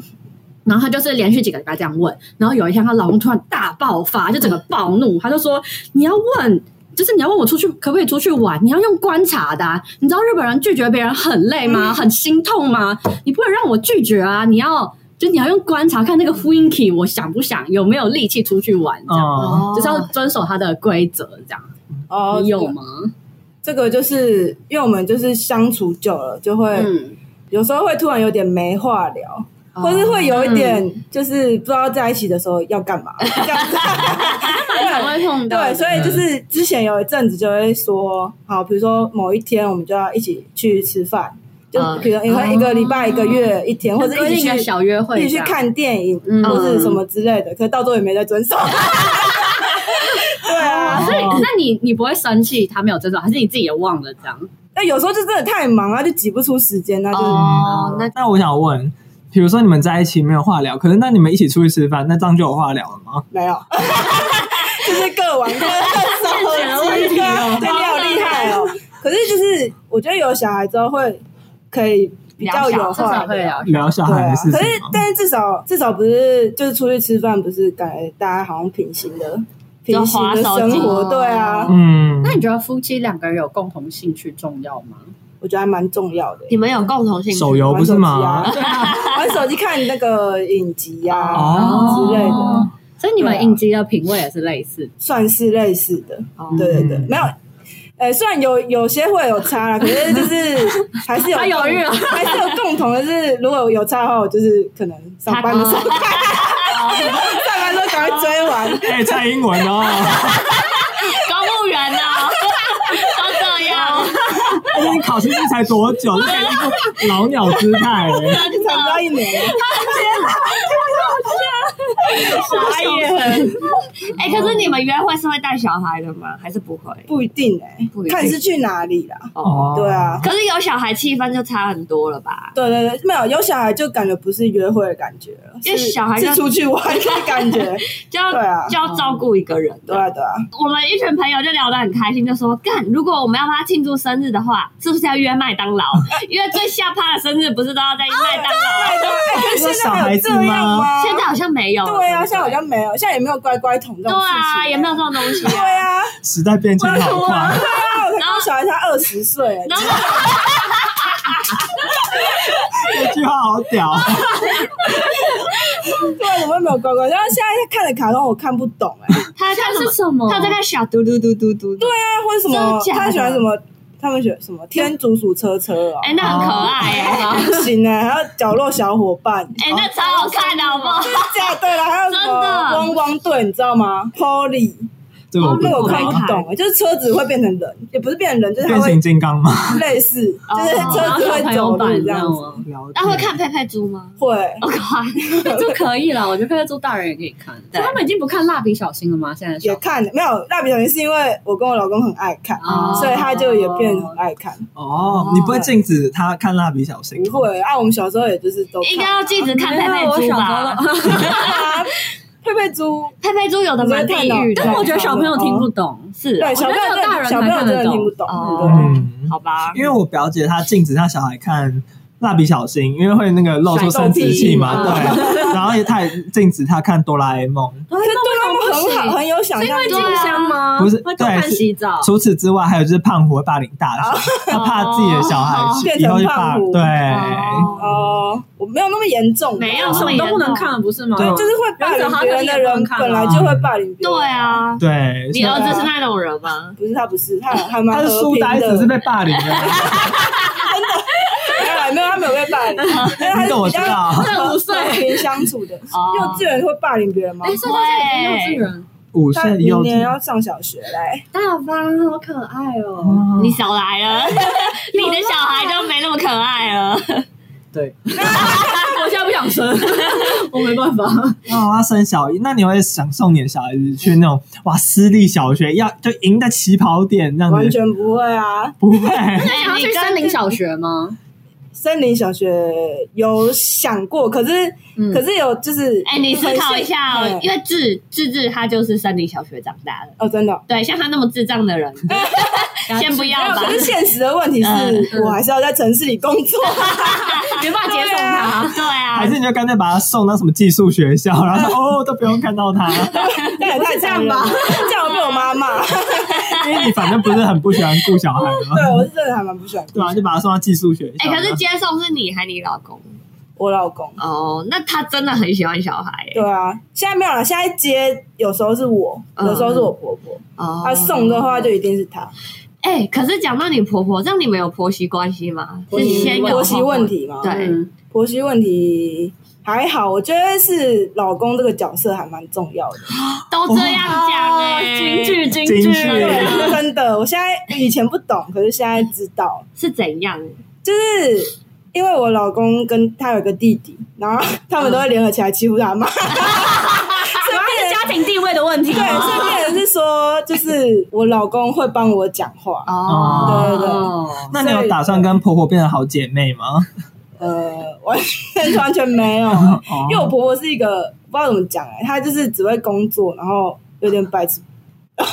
Speaker 5: 然后她就是连续几个礼拜这样问，然后有一天她老公突然大爆发，就整个暴怒，他就说：“你要问，就是你要问我出去可不可以出去玩？你要用观察的啊、你知道日本人拒绝别人很累吗？很心痛吗？你不能让我拒绝啊！你要就你要用观察看那个 f i n k y 我想不想有没有力气出去玩？这样、
Speaker 2: 哦，
Speaker 5: 就是要遵守他的规则，这样、
Speaker 3: 哦
Speaker 5: 你有吗？
Speaker 3: 这个就是因为我们就是相处久了，就会
Speaker 5: 嗯，
Speaker 3: 有时候会突然有点没话聊，或是会有一点就是不知道在一起的时候要干嘛这样子。
Speaker 5: 常
Speaker 3: 对
Speaker 5: 会碰到的。
Speaker 3: 对，所以就是之前有一阵子就会说，好，比如说某一天我们就要一起去吃饭，就
Speaker 4: 嗯
Speaker 3: 比如你会一个礼拜、一个月、一天，或者
Speaker 5: 就
Speaker 3: 一起
Speaker 5: 规定一个
Speaker 3: 去
Speaker 5: 小约会，
Speaker 3: 一起去，看电影，
Speaker 5: 嗯
Speaker 3: 或是什么之类的，可是到最后也没在遵守。 <laughs> 对啊，
Speaker 5: 哦所以那你你不会生气他没有遵守，还是你自己也忘了这样？
Speaker 3: 但有时候就真的太忙啊，就挤不出时间，那就是
Speaker 4: 哦，那
Speaker 2: 那我想问，比如说你们在一起没有话聊，可是那你们一起出去吃饭，那这样就有话聊了吗？
Speaker 3: 没有， <laughs> 就是各玩各啊的手机，对，你好厉害哦。可是就是我觉得有小孩之后会可以比较有
Speaker 4: 聊小至
Speaker 3: 话
Speaker 4: 少
Speaker 3: 聊
Speaker 4: 可以聊
Speaker 2: 聊小
Speaker 3: 对
Speaker 2: 孩
Speaker 3: 啊
Speaker 2: 的事情
Speaker 3: 可
Speaker 2: 吗
Speaker 3: 是，但是至少至少不是，就是出去吃饭，不是感觉大家好像平行的平行的
Speaker 4: 就滑手
Speaker 3: 生
Speaker 4: 机
Speaker 3: 活，对啊，
Speaker 2: 嗯，
Speaker 5: 那你觉得夫妻两个人有共同兴趣重要吗？
Speaker 3: 我觉得还蛮重要的。
Speaker 4: 你们有共同兴趣
Speaker 2: 手游哦不是吗
Speaker 3: 玩手？机啊？ <laughs> 对啊，玩手机看那个影集呀、
Speaker 2: 哦
Speaker 3: 然后之类的，
Speaker 5: 哦所以你
Speaker 3: 对
Speaker 5: 们
Speaker 3: 啊
Speaker 5: 影集的品味也是类似的。
Speaker 3: 算是类似的。
Speaker 4: 哦
Speaker 3: 对对对，
Speaker 2: 嗯
Speaker 3: 没有。呃，虽然有有些会有差啦，可是就是
Speaker 2: <laughs>
Speaker 3: 还是有
Speaker 5: 他
Speaker 3: 共
Speaker 5: 犹豫了
Speaker 3: 还是有共同的是，如果有差的话，我就是可能上班的时
Speaker 4: <laughs>
Speaker 3: 候，上 <laughs> 班的时候赶快追完，
Speaker 2: <laughs> 哎，蔡英文哦，
Speaker 4: 公务员呢、
Speaker 3: <laughs>
Speaker 4: 都这样，
Speaker 2: <laughs> 而且你哎考试才多久，就可以一副老鸟姿
Speaker 3: <laughs>
Speaker 2: 态，
Speaker 3: 差不到一年了。
Speaker 4: 傻眼。哎、可是你们约会是会带小孩的吗？还是不会？
Speaker 3: 不一定哎、
Speaker 4: 不一定
Speaker 3: 看是去哪里啦。
Speaker 2: 哦，
Speaker 3: 对啊，
Speaker 4: 可是有小孩气氛就差很多了吧？
Speaker 3: 对对对，没有有小孩就感觉不是约会的感觉了，
Speaker 4: 因为
Speaker 3: 是
Speaker 4: 小孩就是
Speaker 3: 出去玩的感 <laughs> 觉。
Speaker 4: 就要、
Speaker 3: 对啊
Speaker 4: 就要照顾一个人。
Speaker 3: 对啊对啊，
Speaker 4: 我们一群朋友就聊得很开心，就说干，如果我们要帮他庆祝生日的话，是不是要约麦当劳？因为最下趴的生日不是都要在麦当劳？
Speaker 3: 哎
Speaker 2: 说
Speaker 3: 现在
Speaker 2: 小
Speaker 3: 还
Speaker 2: 孩
Speaker 3: 有
Speaker 2: 子
Speaker 3: 这样
Speaker 2: 吗
Speaker 3: 吗？
Speaker 4: 现在好像没有了。
Speaker 3: 对啊，
Speaker 4: 不
Speaker 3: 现在好像没有，现在也没有乖乖桶这
Speaker 4: 对
Speaker 3: 种事情
Speaker 4: 啊，也没有这种东西
Speaker 3: 对。啊，
Speaker 2: 时代变迁好快，
Speaker 3: 对啊，我才刚小孩才二十岁，欸
Speaker 4: 然后
Speaker 2: 这句话好
Speaker 3: <laughs>
Speaker 2: 屌，
Speaker 3: 对啊，怎么会没有乖乖？然后现在看的卡通我看不懂 <laughs> 哎，
Speaker 4: 他在看什么？
Speaker 5: 什么
Speaker 4: 他在看小嘟嘟嘟嘟嘟。对啊，
Speaker 3: 那为什么
Speaker 4: 真的假的
Speaker 3: 他喜欢什么？他们喜欢什么？天竺鼠车车啊？
Speaker 4: 哎，那很可爱耶。
Speaker 3: 不行哎，还有角落小伙伴，
Speaker 4: 哎，那超好看的，好不
Speaker 3: 哦
Speaker 4: 好？
Speaker 3: 假的啦，还有什
Speaker 4: 真
Speaker 3: 么
Speaker 4: 的
Speaker 3: 汪汪队，你知道吗？Polly。
Speaker 2: 这个我不
Speaker 3: 那个我
Speaker 2: 懂
Speaker 3: 看不懂欸，就是车子会变成人，也不是变成人，就是它
Speaker 2: 变
Speaker 3: 会
Speaker 2: 形金刚吗？
Speaker 3: 类似，
Speaker 5: 哦
Speaker 3: 就是车子会走路这样子。
Speaker 5: 吗？
Speaker 4: 那会看佩佩猪吗？
Speaker 3: 会，
Speaker 4: 我靠，
Speaker 5: 就可以了，我觉得可以做大人也可以看。
Speaker 4: 对
Speaker 5: 他们已经不看蜡笔小新了吗？现在小
Speaker 3: 也看没有蜡笔小新，是因为我跟我老公很爱看，
Speaker 5: 哦
Speaker 3: 所以他就也变得很爱看。
Speaker 2: 哦，你不会禁止他看蜡笔小新
Speaker 3: 不？会啊，我们小时候也就是都
Speaker 4: 应该要禁止看佩
Speaker 5: 没有我
Speaker 4: 佩猪
Speaker 5: 小
Speaker 4: 吧？
Speaker 5: 时候都，
Speaker 3: 看。 <laughs> 佩佩猪，
Speaker 4: 佩佩猪有的蛮地狱的
Speaker 3: 你在看，
Speaker 5: 但我觉得小朋友听不懂，
Speaker 4: 是
Speaker 3: 对
Speaker 5: 觉
Speaker 3: 小
Speaker 5: 得
Speaker 3: 朋友
Speaker 5: 只有大
Speaker 3: 真的
Speaker 5: 人
Speaker 3: 小朋
Speaker 5: 才
Speaker 3: 友
Speaker 5: 看
Speaker 3: 真的
Speaker 5: 得懂
Speaker 3: 听不懂，
Speaker 4: 哦
Speaker 2: 嗯，
Speaker 4: 好吧？
Speaker 2: 因为我表姐她禁止她小孩看。蜡笔小新，因为会那个露出生殖器嘛，
Speaker 5: 甩
Speaker 2: 对
Speaker 5: 豆，
Speaker 3: <laughs>
Speaker 2: 然后也她也禁止她看哆啦 A 梦。
Speaker 5: 可
Speaker 3: 对对他们很好，很有想
Speaker 5: 因
Speaker 3: 象
Speaker 5: 为
Speaker 3: 力
Speaker 5: 静。香吗？
Speaker 2: 不是
Speaker 5: 会偷看
Speaker 2: 对是
Speaker 5: 洗澡。
Speaker 2: 除此之外，还有就是胖虎会霸凌大学，她怕自己的小孩
Speaker 3: 哦变成
Speaker 2: 以后就霸
Speaker 3: 胖虎
Speaker 2: 对，
Speaker 4: 哦，
Speaker 3: 哦，我没有那么严重，
Speaker 4: 没有
Speaker 5: 什么都不能看，不是吗？
Speaker 3: 对，
Speaker 4: 哦
Speaker 3: 就是会霸凌别人的人，本来就会霸凌别人。
Speaker 4: 啊对，啊，
Speaker 2: 对，
Speaker 4: 你儿子是那种人吗？
Speaker 3: 不是他不
Speaker 4: <laughs>
Speaker 3: 是，他还蛮
Speaker 2: 他是
Speaker 3: 和
Speaker 2: 书
Speaker 3: 平
Speaker 2: 呆
Speaker 3: 的
Speaker 2: 子，是被霸凌的。
Speaker 3: 没有啦没有，他没有被
Speaker 4: <laughs>
Speaker 3: 霸凌，因为他
Speaker 2: 这
Speaker 3: 是
Speaker 2: 我
Speaker 3: 比
Speaker 2: 知
Speaker 3: 较
Speaker 2: 道
Speaker 3: 和和平相处的。
Speaker 4: 哦
Speaker 3: 幼稚园会霸凌别人吗
Speaker 5: 哎，？所以他现在已经幼稚园，
Speaker 2: 五
Speaker 3: 他
Speaker 2: 岁的
Speaker 3: 明
Speaker 2: 幼
Speaker 3: 年
Speaker 2: 稚，
Speaker 3: 要上小学嘞，
Speaker 5: 大方，好可爱哦。
Speaker 2: 嗯
Speaker 4: 你少来了，你的小孩就没那么可爱了。
Speaker 2: 对，
Speaker 5: 我现在不想生，我没办法。
Speaker 2: 哦，他生小一，那你会想送你的小孩子去那种哇私立小学，要就赢在起跑点这样
Speaker 3: 完
Speaker 2: 子？
Speaker 3: 全不会啊。
Speaker 2: 不会，
Speaker 5: 那想要
Speaker 4: 哎
Speaker 5: 去森林小学吗？
Speaker 3: 森林小学有想过，可是
Speaker 5: 嗯
Speaker 3: 可是有就是，
Speaker 4: 哎，你思考一下哦，
Speaker 3: 嗯
Speaker 4: 因为智智智他就是森林小学长大的，
Speaker 3: 哦，真的哦。
Speaker 4: 对，像他那么智障的人，先不
Speaker 3: 没
Speaker 4: 要
Speaker 3: 有，
Speaker 4: 吧
Speaker 3: 可。是现实的问题是
Speaker 5: 嗯
Speaker 3: 我还是要在城市里工
Speaker 4: <laughs>
Speaker 3: 作，
Speaker 5: <laughs> 没办法接送他。
Speaker 4: 对啊
Speaker 2: 还，是你就干脆把他送到什么寄宿学校，然后说哦都不用看到他，
Speaker 3: 那也太残忍了
Speaker 5: 不是，
Speaker 3: 这样我被我
Speaker 4: <laughs>
Speaker 3: 妈骂。
Speaker 2: <laughs> 因为你反正不是很不喜欢顾小孩嘛，
Speaker 3: 对，我是真的还蛮不喜欢
Speaker 2: 对吧、啊就把他送到寄宿学校。
Speaker 4: 哎，可是接送是你还你老公
Speaker 3: 我老公。
Speaker 4: 哦，那他真的很喜欢小孩耶
Speaker 3: 对啊，现在没有了，现在接有时候是我，
Speaker 4: 嗯
Speaker 3: 有时候是我婆婆，
Speaker 4: 哦。
Speaker 3: 她送的话就一定是她。
Speaker 4: 哎，可是讲到你婆婆，这样你们有婆媳关系吗？
Speaker 5: 婆
Speaker 4: 是
Speaker 5: 媳
Speaker 4: 先有
Speaker 3: 婆媳
Speaker 4: 后
Speaker 3: 问题吗？
Speaker 4: 对
Speaker 5: 嗯
Speaker 3: 婆媳问题还好，我觉得是老公这个角色还蛮重要的。
Speaker 4: 都这样讲哎，
Speaker 5: 哦京剧，京
Speaker 2: 京
Speaker 5: 剧
Speaker 2: 剧。
Speaker 5: 啊
Speaker 3: 对，真的，我现在以前不懂，可是现在知道，
Speaker 4: 是怎样？
Speaker 3: 就是。因为我老公跟他有个弟弟，然后他们都会联合起来欺
Speaker 4: <laughs>
Speaker 3: 负他妈，
Speaker 5: 主要是家庭地位的问题
Speaker 3: 对，所以变成是说，就是我老公会帮我讲话，
Speaker 4: 哦，
Speaker 3: 对对对
Speaker 5: 哦
Speaker 2: 那你有打算跟婆婆变成好姐妹吗？
Speaker 3: 呃，完全完全没 <laughs> 有，因为我婆婆是一个不知道怎么讲哎、她就是只会工作，然后有点白痴，
Speaker 4: 讲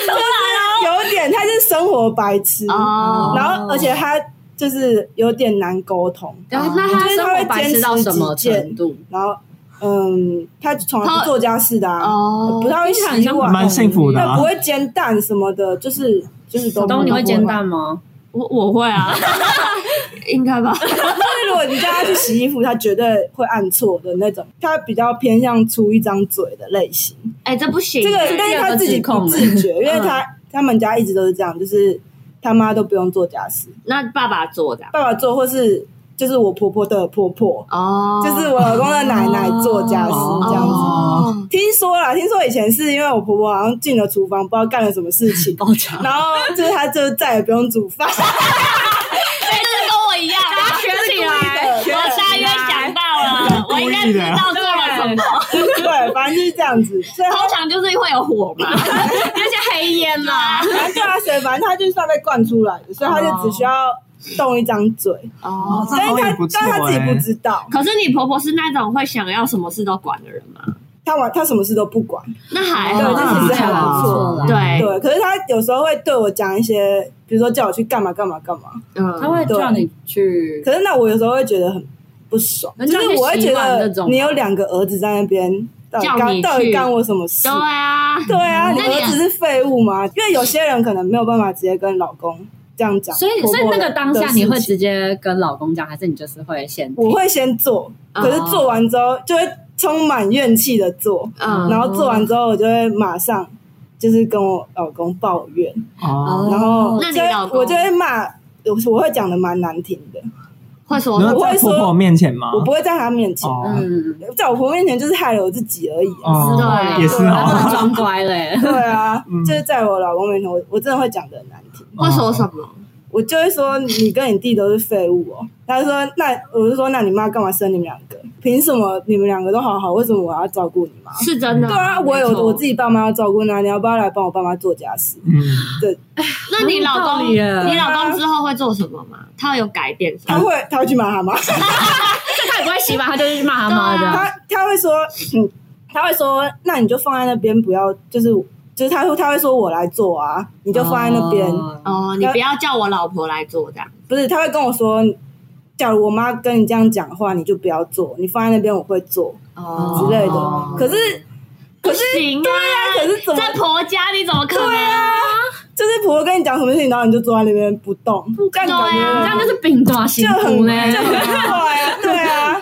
Speaker 4: 出来
Speaker 3: 有点她是生活白痴，
Speaker 4: 哦
Speaker 3: 然后而且她就是有点难沟通。
Speaker 5: 然后那他
Speaker 3: 就是
Speaker 5: 生
Speaker 3: 他会
Speaker 5: 活白痴到什么程度？
Speaker 3: 然后，嗯，他从来不做家事的啊，
Speaker 4: 哦
Speaker 3: 不太会
Speaker 5: 听起
Speaker 3: 洗
Speaker 5: 来很像
Speaker 3: 碗，
Speaker 2: 蛮幸福的
Speaker 3: 那
Speaker 2: 啊
Speaker 3: 不。会煎蛋什么的，就是就是都
Speaker 5: 东，你会煎蛋吗？
Speaker 4: 我我会
Speaker 5: <laughs>
Speaker 4: 啊，应该吧？
Speaker 3: 就是如果你叫他去洗衣服，他绝对会按错的那种。他比较偏向出一张嘴的类型，
Speaker 4: <laughs> 哎、这不行，
Speaker 3: 这个
Speaker 5: 第
Speaker 3: 但是
Speaker 5: 二个
Speaker 3: 他自己
Speaker 5: 指
Speaker 3: 不
Speaker 5: 控
Speaker 3: 自觉，因为他他们家一直都是这样，就是他妈都不用做家事，
Speaker 4: 那爸爸做的啊
Speaker 3: 爸爸做或是就是我婆婆的婆婆，
Speaker 4: 哦，
Speaker 3: 就是我老公的奶奶做家事
Speaker 2: 哦
Speaker 3: 这样子。
Speaker 4: 哦
Speaker 3: 听说啦，听说以前是因为我婆婆好像进了厨房，不知道干了什么事情，
Speaker 5: 爆炸！
Speaker 3: 然后就是她就再也不用煮饭，
Speaker 4: 哎这个跟我一样啊，
Speaker 5: 学起来，
Speaker 3: 对
Speaker 4: 我大约想到了，我应该知道做了什么。
Speaker 3: <laughs> 对，反正就是这样子。所以
Speaker 4: 通
Speaker 3: 她
Speaker 4: 常就是会有火 <laughs> 嘛，
Speaker 5: 那些黑烟啦，
Speaker 4: 啊
Speaker 3: 反正对她谁，反正她就是要被惯出来的，所以她就只需要动一张嘴，
Speaker 2: 哦，这
Speaker 3: 但
Speaker 2: 好像
Speaker 3: 是
Speaker 2: 也
Speaker 3: 她
Speaker 2: 不错
Speaker 3: 但她自己不
Speaker 2: 哎。
Speaker 3: 知道，
Speaker 4: 可是你婆婆是那种会想要什么事都管的人吗？
Speaker 3: 她完她什么事都不管，
Speaker 4: 那
Speaker 2: 哎
Speaker 4: 还
Speaker 3: 对
Speaker 4: 好，啊
Speaker 3: 那其实还
Speaker 2: 哦
Speaker 3: 不
Speaker 5: 错啦
Speaker 4: 对，
Speaker 3: 对。可是她有时候会对我讲一些，比如说叫我去干嘛干嘛干嘛，
Speaker 4: 嗯，
Speaker 5: 他会叫你去
Speaker 3: 可是那我有时候会觉得很不爽，
Speaker 5: 那
Speaker 3: 就
Speaker 5: 这
Speaker 3: 是
Speaker 5: 样
Speaker 3: 我会觉
Speaker 5: 就习惯这
Speaker 3: 得
Speaker 5: 种
Speaker 3: 你有两个儿子在那边，到底
Speaker 4: 叫
Speaker 3: 干
Speaker 4: 你
Speaker 3: 到底
Speaker 4: 去
Speaker 3: 干我什么事
Speaker 4: 对？啊，
Speaker 3: 对啊，你
Speaker 4: 那你
Speaker 3: 儿子是废物吗？因为有些人可能没有办法直接跟老公这样讲，
Speaker 5: 所以，
Speaker 3: 婆
Speaker 5: 所
Speaker 3: 婆
Speaker 5: 以那个
Speaker 3: 的
Speaker 5: 当下你会
Speaker 3: 事情
Speaker 5: 直接跟老公讲，还是你就是会先
Speaker 3: 我会先做，
Speaker 4: 哦
Speaker 3: 可是做完之后就会充满怨气的做，
Speaker 4: 嗯
Speaker 3: 然后做完之后我就会马上就是跟我老公抱怨，
Speaker 2: 哦，
Speaker 3: 然后
Speaker 4: 那你
Speaker 3: 就会
Speaker 4: 老公
Speaker 3: 我就会骂，我我会讲的蛮难听的，
Speaker 4: 会说
Speaker 3: 哦
Speaker 4: 什
Speaker 2: 你要
Speaker 4: 么
Speaker 2: 在婆婆面前
Speaker 4: 哦
Speaker 2: 吗？
Speaker 3: 我不会在他面前，
Speaker 2: 哦，
Speaker 5: 嗯，
Speaker 3: 在我婆婆面前就是害了我自己而已啊、
Speaker 2: 哦
Speaker 4: 对
Speaker 2: 也是
Speaker 3: 对。
Speaker 5: 他不
Speaker 4: 啊
Speaker 5: 能
Speaker 2: 哦。
Speaker 5: 装乖嘞
Speaker 3: 啊对
Speaker 4: <laughs>
Speaker 3: 啊
Speaker 2: 嗯，
Speaker 3: 就是在我老公面前，我我真的会讲的很难听。
Speaker 4: 会说什么？
Speaker 3: 我就会说你跟你弟都是废物哦。他就说那我就说那你妈干嘛生你们两个？凭什么你们两个都好好，为什么我要照顾你妈？
Speaker 4: 是真的？
Speaker 3: 对啊，我有
Speaker 4: 嗯没错
Speaker 3: 我自。己爸妈要照顾呢，你要不要来帮我爸妈做
Speaker 4: <laughs>
Speaker 3: 家事？
Speaker 2: 嗯，
Speaker 4: 那你老
Speaker 5: 很有道
Speaker 4: 公，
Speaker 5: 理耶
Speaker 4: 你老公之后会做什么吗？他有改变什
Speaker 3: 他
Speaker 4: 么？
Speaker 3: 会他会去骂他妈，
Speaker 5: 这 <laughs> 他也不会洗吧，他就是去骂他妈
Speaker 4: 对
Speaker 5: 的。
Speaker 3: 他他会说，嗯，他会说那你就放在那边，不要就是就是他会他会说我来做啊，你就放在那边。
Speaker 5: 哦
Speaker 4: 哦，你不要叫我老婆来做这样。
Speaker 3: 不是，他会跟我说，假如我妈跟你这样讲话，你就不要做，你放在那边我会做
Speaker 4: 哦
Speaker 3: 之类的。
Speaker 5: 哦
Speaker 3: 可是
Speaker 4: 可是行啊，
Speaker 3: 可是怎么
Speaker 4: 在婆家你怎么可能？
Speaker 3: 啊就是婆婆跟你讲什么事情，然后你就坐在那边不动，这样感觉
Speaker 4: 对啊
Speaker 5: 这样就是饼短
Speaker 3: 就
Speaker 5: 幸
Speaker 3: 很
Speaker 5: 福呢。
Speaker 3: 就很怪啊，对
Speaker 5: <laughs>
Speaker 3: 啊。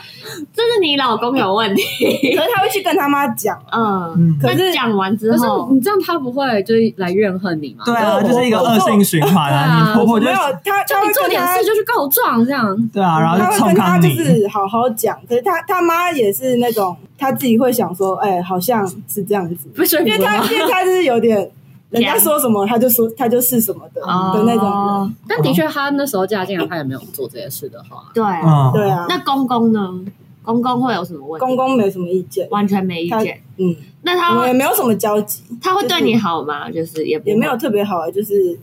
Speaker 4: 这是你老公有问题。
Speaker 3: <laughs> 可是他会去跟他妈讲，
Speaker 4: 嗯，
Speaker 2: 嗯
Speaker 3: 可是
Speaker 4: 那讲完之
Speaker 5: 可是
Speaker 4: 后，
Speaker 5: 你这样他不会就是来怨恨你吗？
Speaker 2: 对啊，就是一个恶性循环啊。
Speaker 5: 对啊
Speaker 2: 你婆婆就
Speaker 3: 没有他，
Speaker 5: 就
Speaker 3: 他
Speaker 5: 你
Speaker 3: 会
Speaker 5: 做
Speaker 3: 跟
Speaker 5: 点
Speaker 3: 他
Speaker 5: 事，就去告状这样。
Speaker 2: 对啊，然后
Speaker 3: 他
Speaker 2: 就
Speaker 3: 会
Speaker 2: 冲
Speaker 3: 跟他
Speaker 2: 康
Speaker 3: 就
Speaker 2: 你。
Speaker 3: 是好好讲。可是他他妈也是那种他自己会想说，哎，好像是这样子，
Speaker 5: 不是
Speaker 3: 因为他因为他就是有点。人家说什么他就说他就是什么的
Speaker 4: 哦
Speaker 3: 嗯的那种人，
Speaker 5: 但的确，他那时候嫁进来，他也没有做这些事的话，
Speaker 4: 对，
Speaker 2: 嗯，
Speaker 3: 对啊。
Speaker 4: 那公公呢？公公会有什么问题？
Speaker 3: 公公没什么意见，
Speaker 4: 完全没意见。
Speaker 3: 嗯，
Speaker 4: 那
Speaker 3: 我
Speaker 4: 他
Speaker 3: 们也
Speaker 4: 会
Speaker 3: 没有什么交集，
Speaker 4: 他会对你好吗？就是也不会
Speaker 3: 也没有特别好，啊就是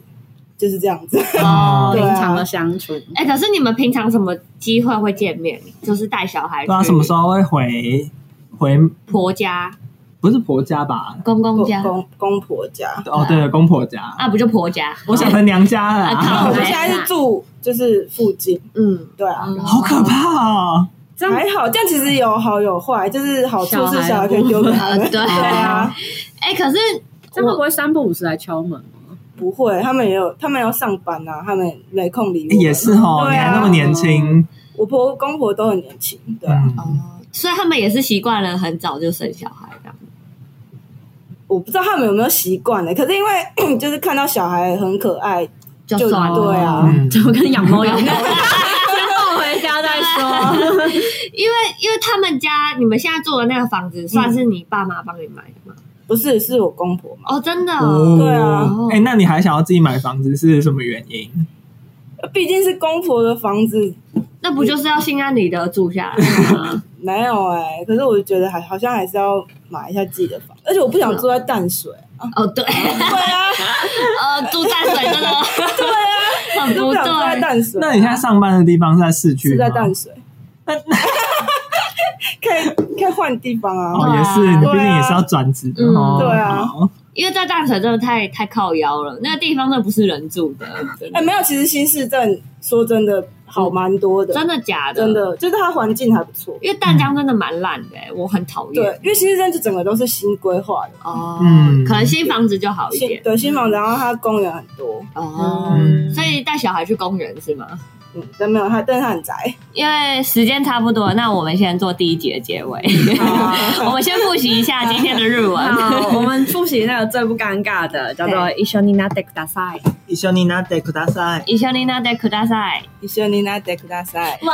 Speaker 3: 就是这样子。
Speaker 4: 哦
Speaker 2: 哦。
Speaker 5: 平
Speaker 3: 对啊
Speaker 5: 常的相处。
Speaker 4: 哎，可是你们平常什么机会会见面？就是带小孩去
Speaker 2: 不知道啊什么时候会回回，
Speaker 4: 婆家、
Speaker 2: 不是婆家吧？
Speaker 4: 公公
Speaker 3: <laughs> 公
Speaker 4: 家
Speaker 3: 公公婆家，
Speaker 2: 哦，对，公婆家。
Speaker 4: 啊，不就婆家？
Speaker 2: 我想回娘家了
Speaker 4: 啊
Speaker 2: 啊，
Speaker 3: 我
Speaker 4: 靠
Speaker 3: 们现在是住就是附近，
Speaker 4: 嗯，
Speaker 3: 对啊，
Speaker 2: 好可怕哦！
Speaker 5: 这样
Speaker 3: 还好，这样其实有好有坏，就是好处是小
Speaker 5: 小
Speaker 3: 孩
Speaker 5: 孩
Speaker 3: 可以丢给他
Speaker 4: 呃，
Speaker 3: 们，
Speaker 4: 对
Speaker 3: <laughs> 对啊，
Speaker 4: 哎，可是
Speaker 5: 这样会不会三不五时来敲门哦？
Speaker 3: 不会，他们也有，他们要上班啊，他们没空理我们。
Speaker 2: 也是哦，
Speaker 3: 对
Speaker 2: 你还
Speaker 3: 啊
Speaker 2: 那么年轻，
Speaker 3: 我婆公婆都很年轻，对啊，
Speaker 2: 嗯，
Speaker 4: 哦，所以他们也是习惯了很早就生小孩这样。
Speaker 3: 我不知道他们有没有习惯欸呢，可是因为 <clears throat> 就是看到小孩很可爱，
Speaker 4: 就
Speaker 3: 就
Speaker 4: 算了，
Speaker 3: 对啊
Speaker 2: 嗯
Speaker 5: 就跟养猫一样，先抱回家再说。
Speaker 3: 嗯
Speaker 5: <laughs>
Speaker 4: 因为因为他们家你们现在住的那个房子，算是你爸妈帮你买的吗？
Speaker 3: 不是是我公婆嘛，
Speaker 4: 哦，真的，
Speaker 2: 哦
Speaker 3: 对啊
Speaker 2: 哎，那你还想要自己买房子是什么原因？
Speaker 3: 毕竟是公婆的房子，
Speaker 4: 那不就是要心安理得住下来
Speaker 3: <laughs>
Speaker 4: 吗？
Speaker 3: 没有哎、可是我就觉得还好像还是要买一下自己的房，而且我不想住在淡水，
Speaker 4: 哦，对，
Speaker 3: <laughs>
Speaker 4: <laughs>
Speaker 3: 对啊，
Speaker 4: 呃，住淡水真的，
Speaker 3: <laughs>
Speaker 4: 对啊，很
Speaker 3: 就
Speaker 4: 不
Speaker 3: 不想住在
Speaker 4: 对。
Speaker 3: 淡水。
Speaker 2: 那你现在上班的地方是在市区
Speaker 3: 啊是
Speaker 2: 吗？
Speaker 3: 在淡水， <laughs> 可以可以换地方啊。
Speaker 2: 哦，也是，
Speaker 4: 对啊
Speaker 2: 你毕竟也是要转职的哦。
Speaker 3: 对啊
Speaker 2: 好
Speaker 4: 因为在大城真的太太靠腰了，那个地方真的不是人住的，真
Speaker 3: 哎、
Speaker 4: 的
Speaker 3: 没有，其实新市镇说真的好蛮多的，
Speaker 4: 嗯真的假的？嗯
Speaker 3: 真，的就是它环境还不错。
Speaker 4: 因为淡江真的蛮烂的、我很讨
Speaker 3: 对
Speaker 4: 厌。，
Speaker 3: 因为新市镇就整个都是新规划的，
Speaker 4: 哦，
Speaker 2: 嗯
Speaker 4: 可能新房子就好一
Speaker 3: 新
Speaker 4: 点
Speaker 3: 对新房子，然后它公园很多，
Speaker 4: 哦。
Speaker 2: 嗯
Speaker 4: 所以带小孩去公园是吗？
Speaker 3: 嗯，但没有它，但是它很宅。
Speaker 4: 因为时间差不多，那我们先做第一节结尾。 <laughs> 我们先复习一下今天的日文。
Speaker 5: 哦好，我们复习那个最不尴尬的，叫做一緒になってください。
Speaker 2: 一緒になってください。
Speaker 4: 一緒になってください。
Speaker 3: 一緒になってください。
Speaker 5: 哇，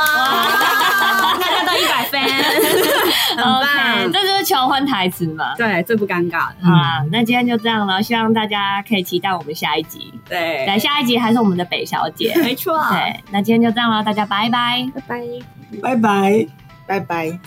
Speaker 5: 大家都一百 <laughs> 分，很
Speaker 4: OK，
Speaker 5: 棒。
Speaker 4: 这就是求婚台词嘛。
Speaker 5: 对，最不尴尬的，
Speaker 4: 好啦，那今天就这样了，希望大家可以期待我们下一集。
Speaker 5: 对，
Speaker 4: 对，下一集还是我们的北小 <laughs> 姐。
Speaker 5: 没错，
Speaker 4: 对，那今天就这样了，大家拜拜。
Speaker 5: 拜拜。
Speaker 2: 拜拜。
Speaker 3: 拜拜。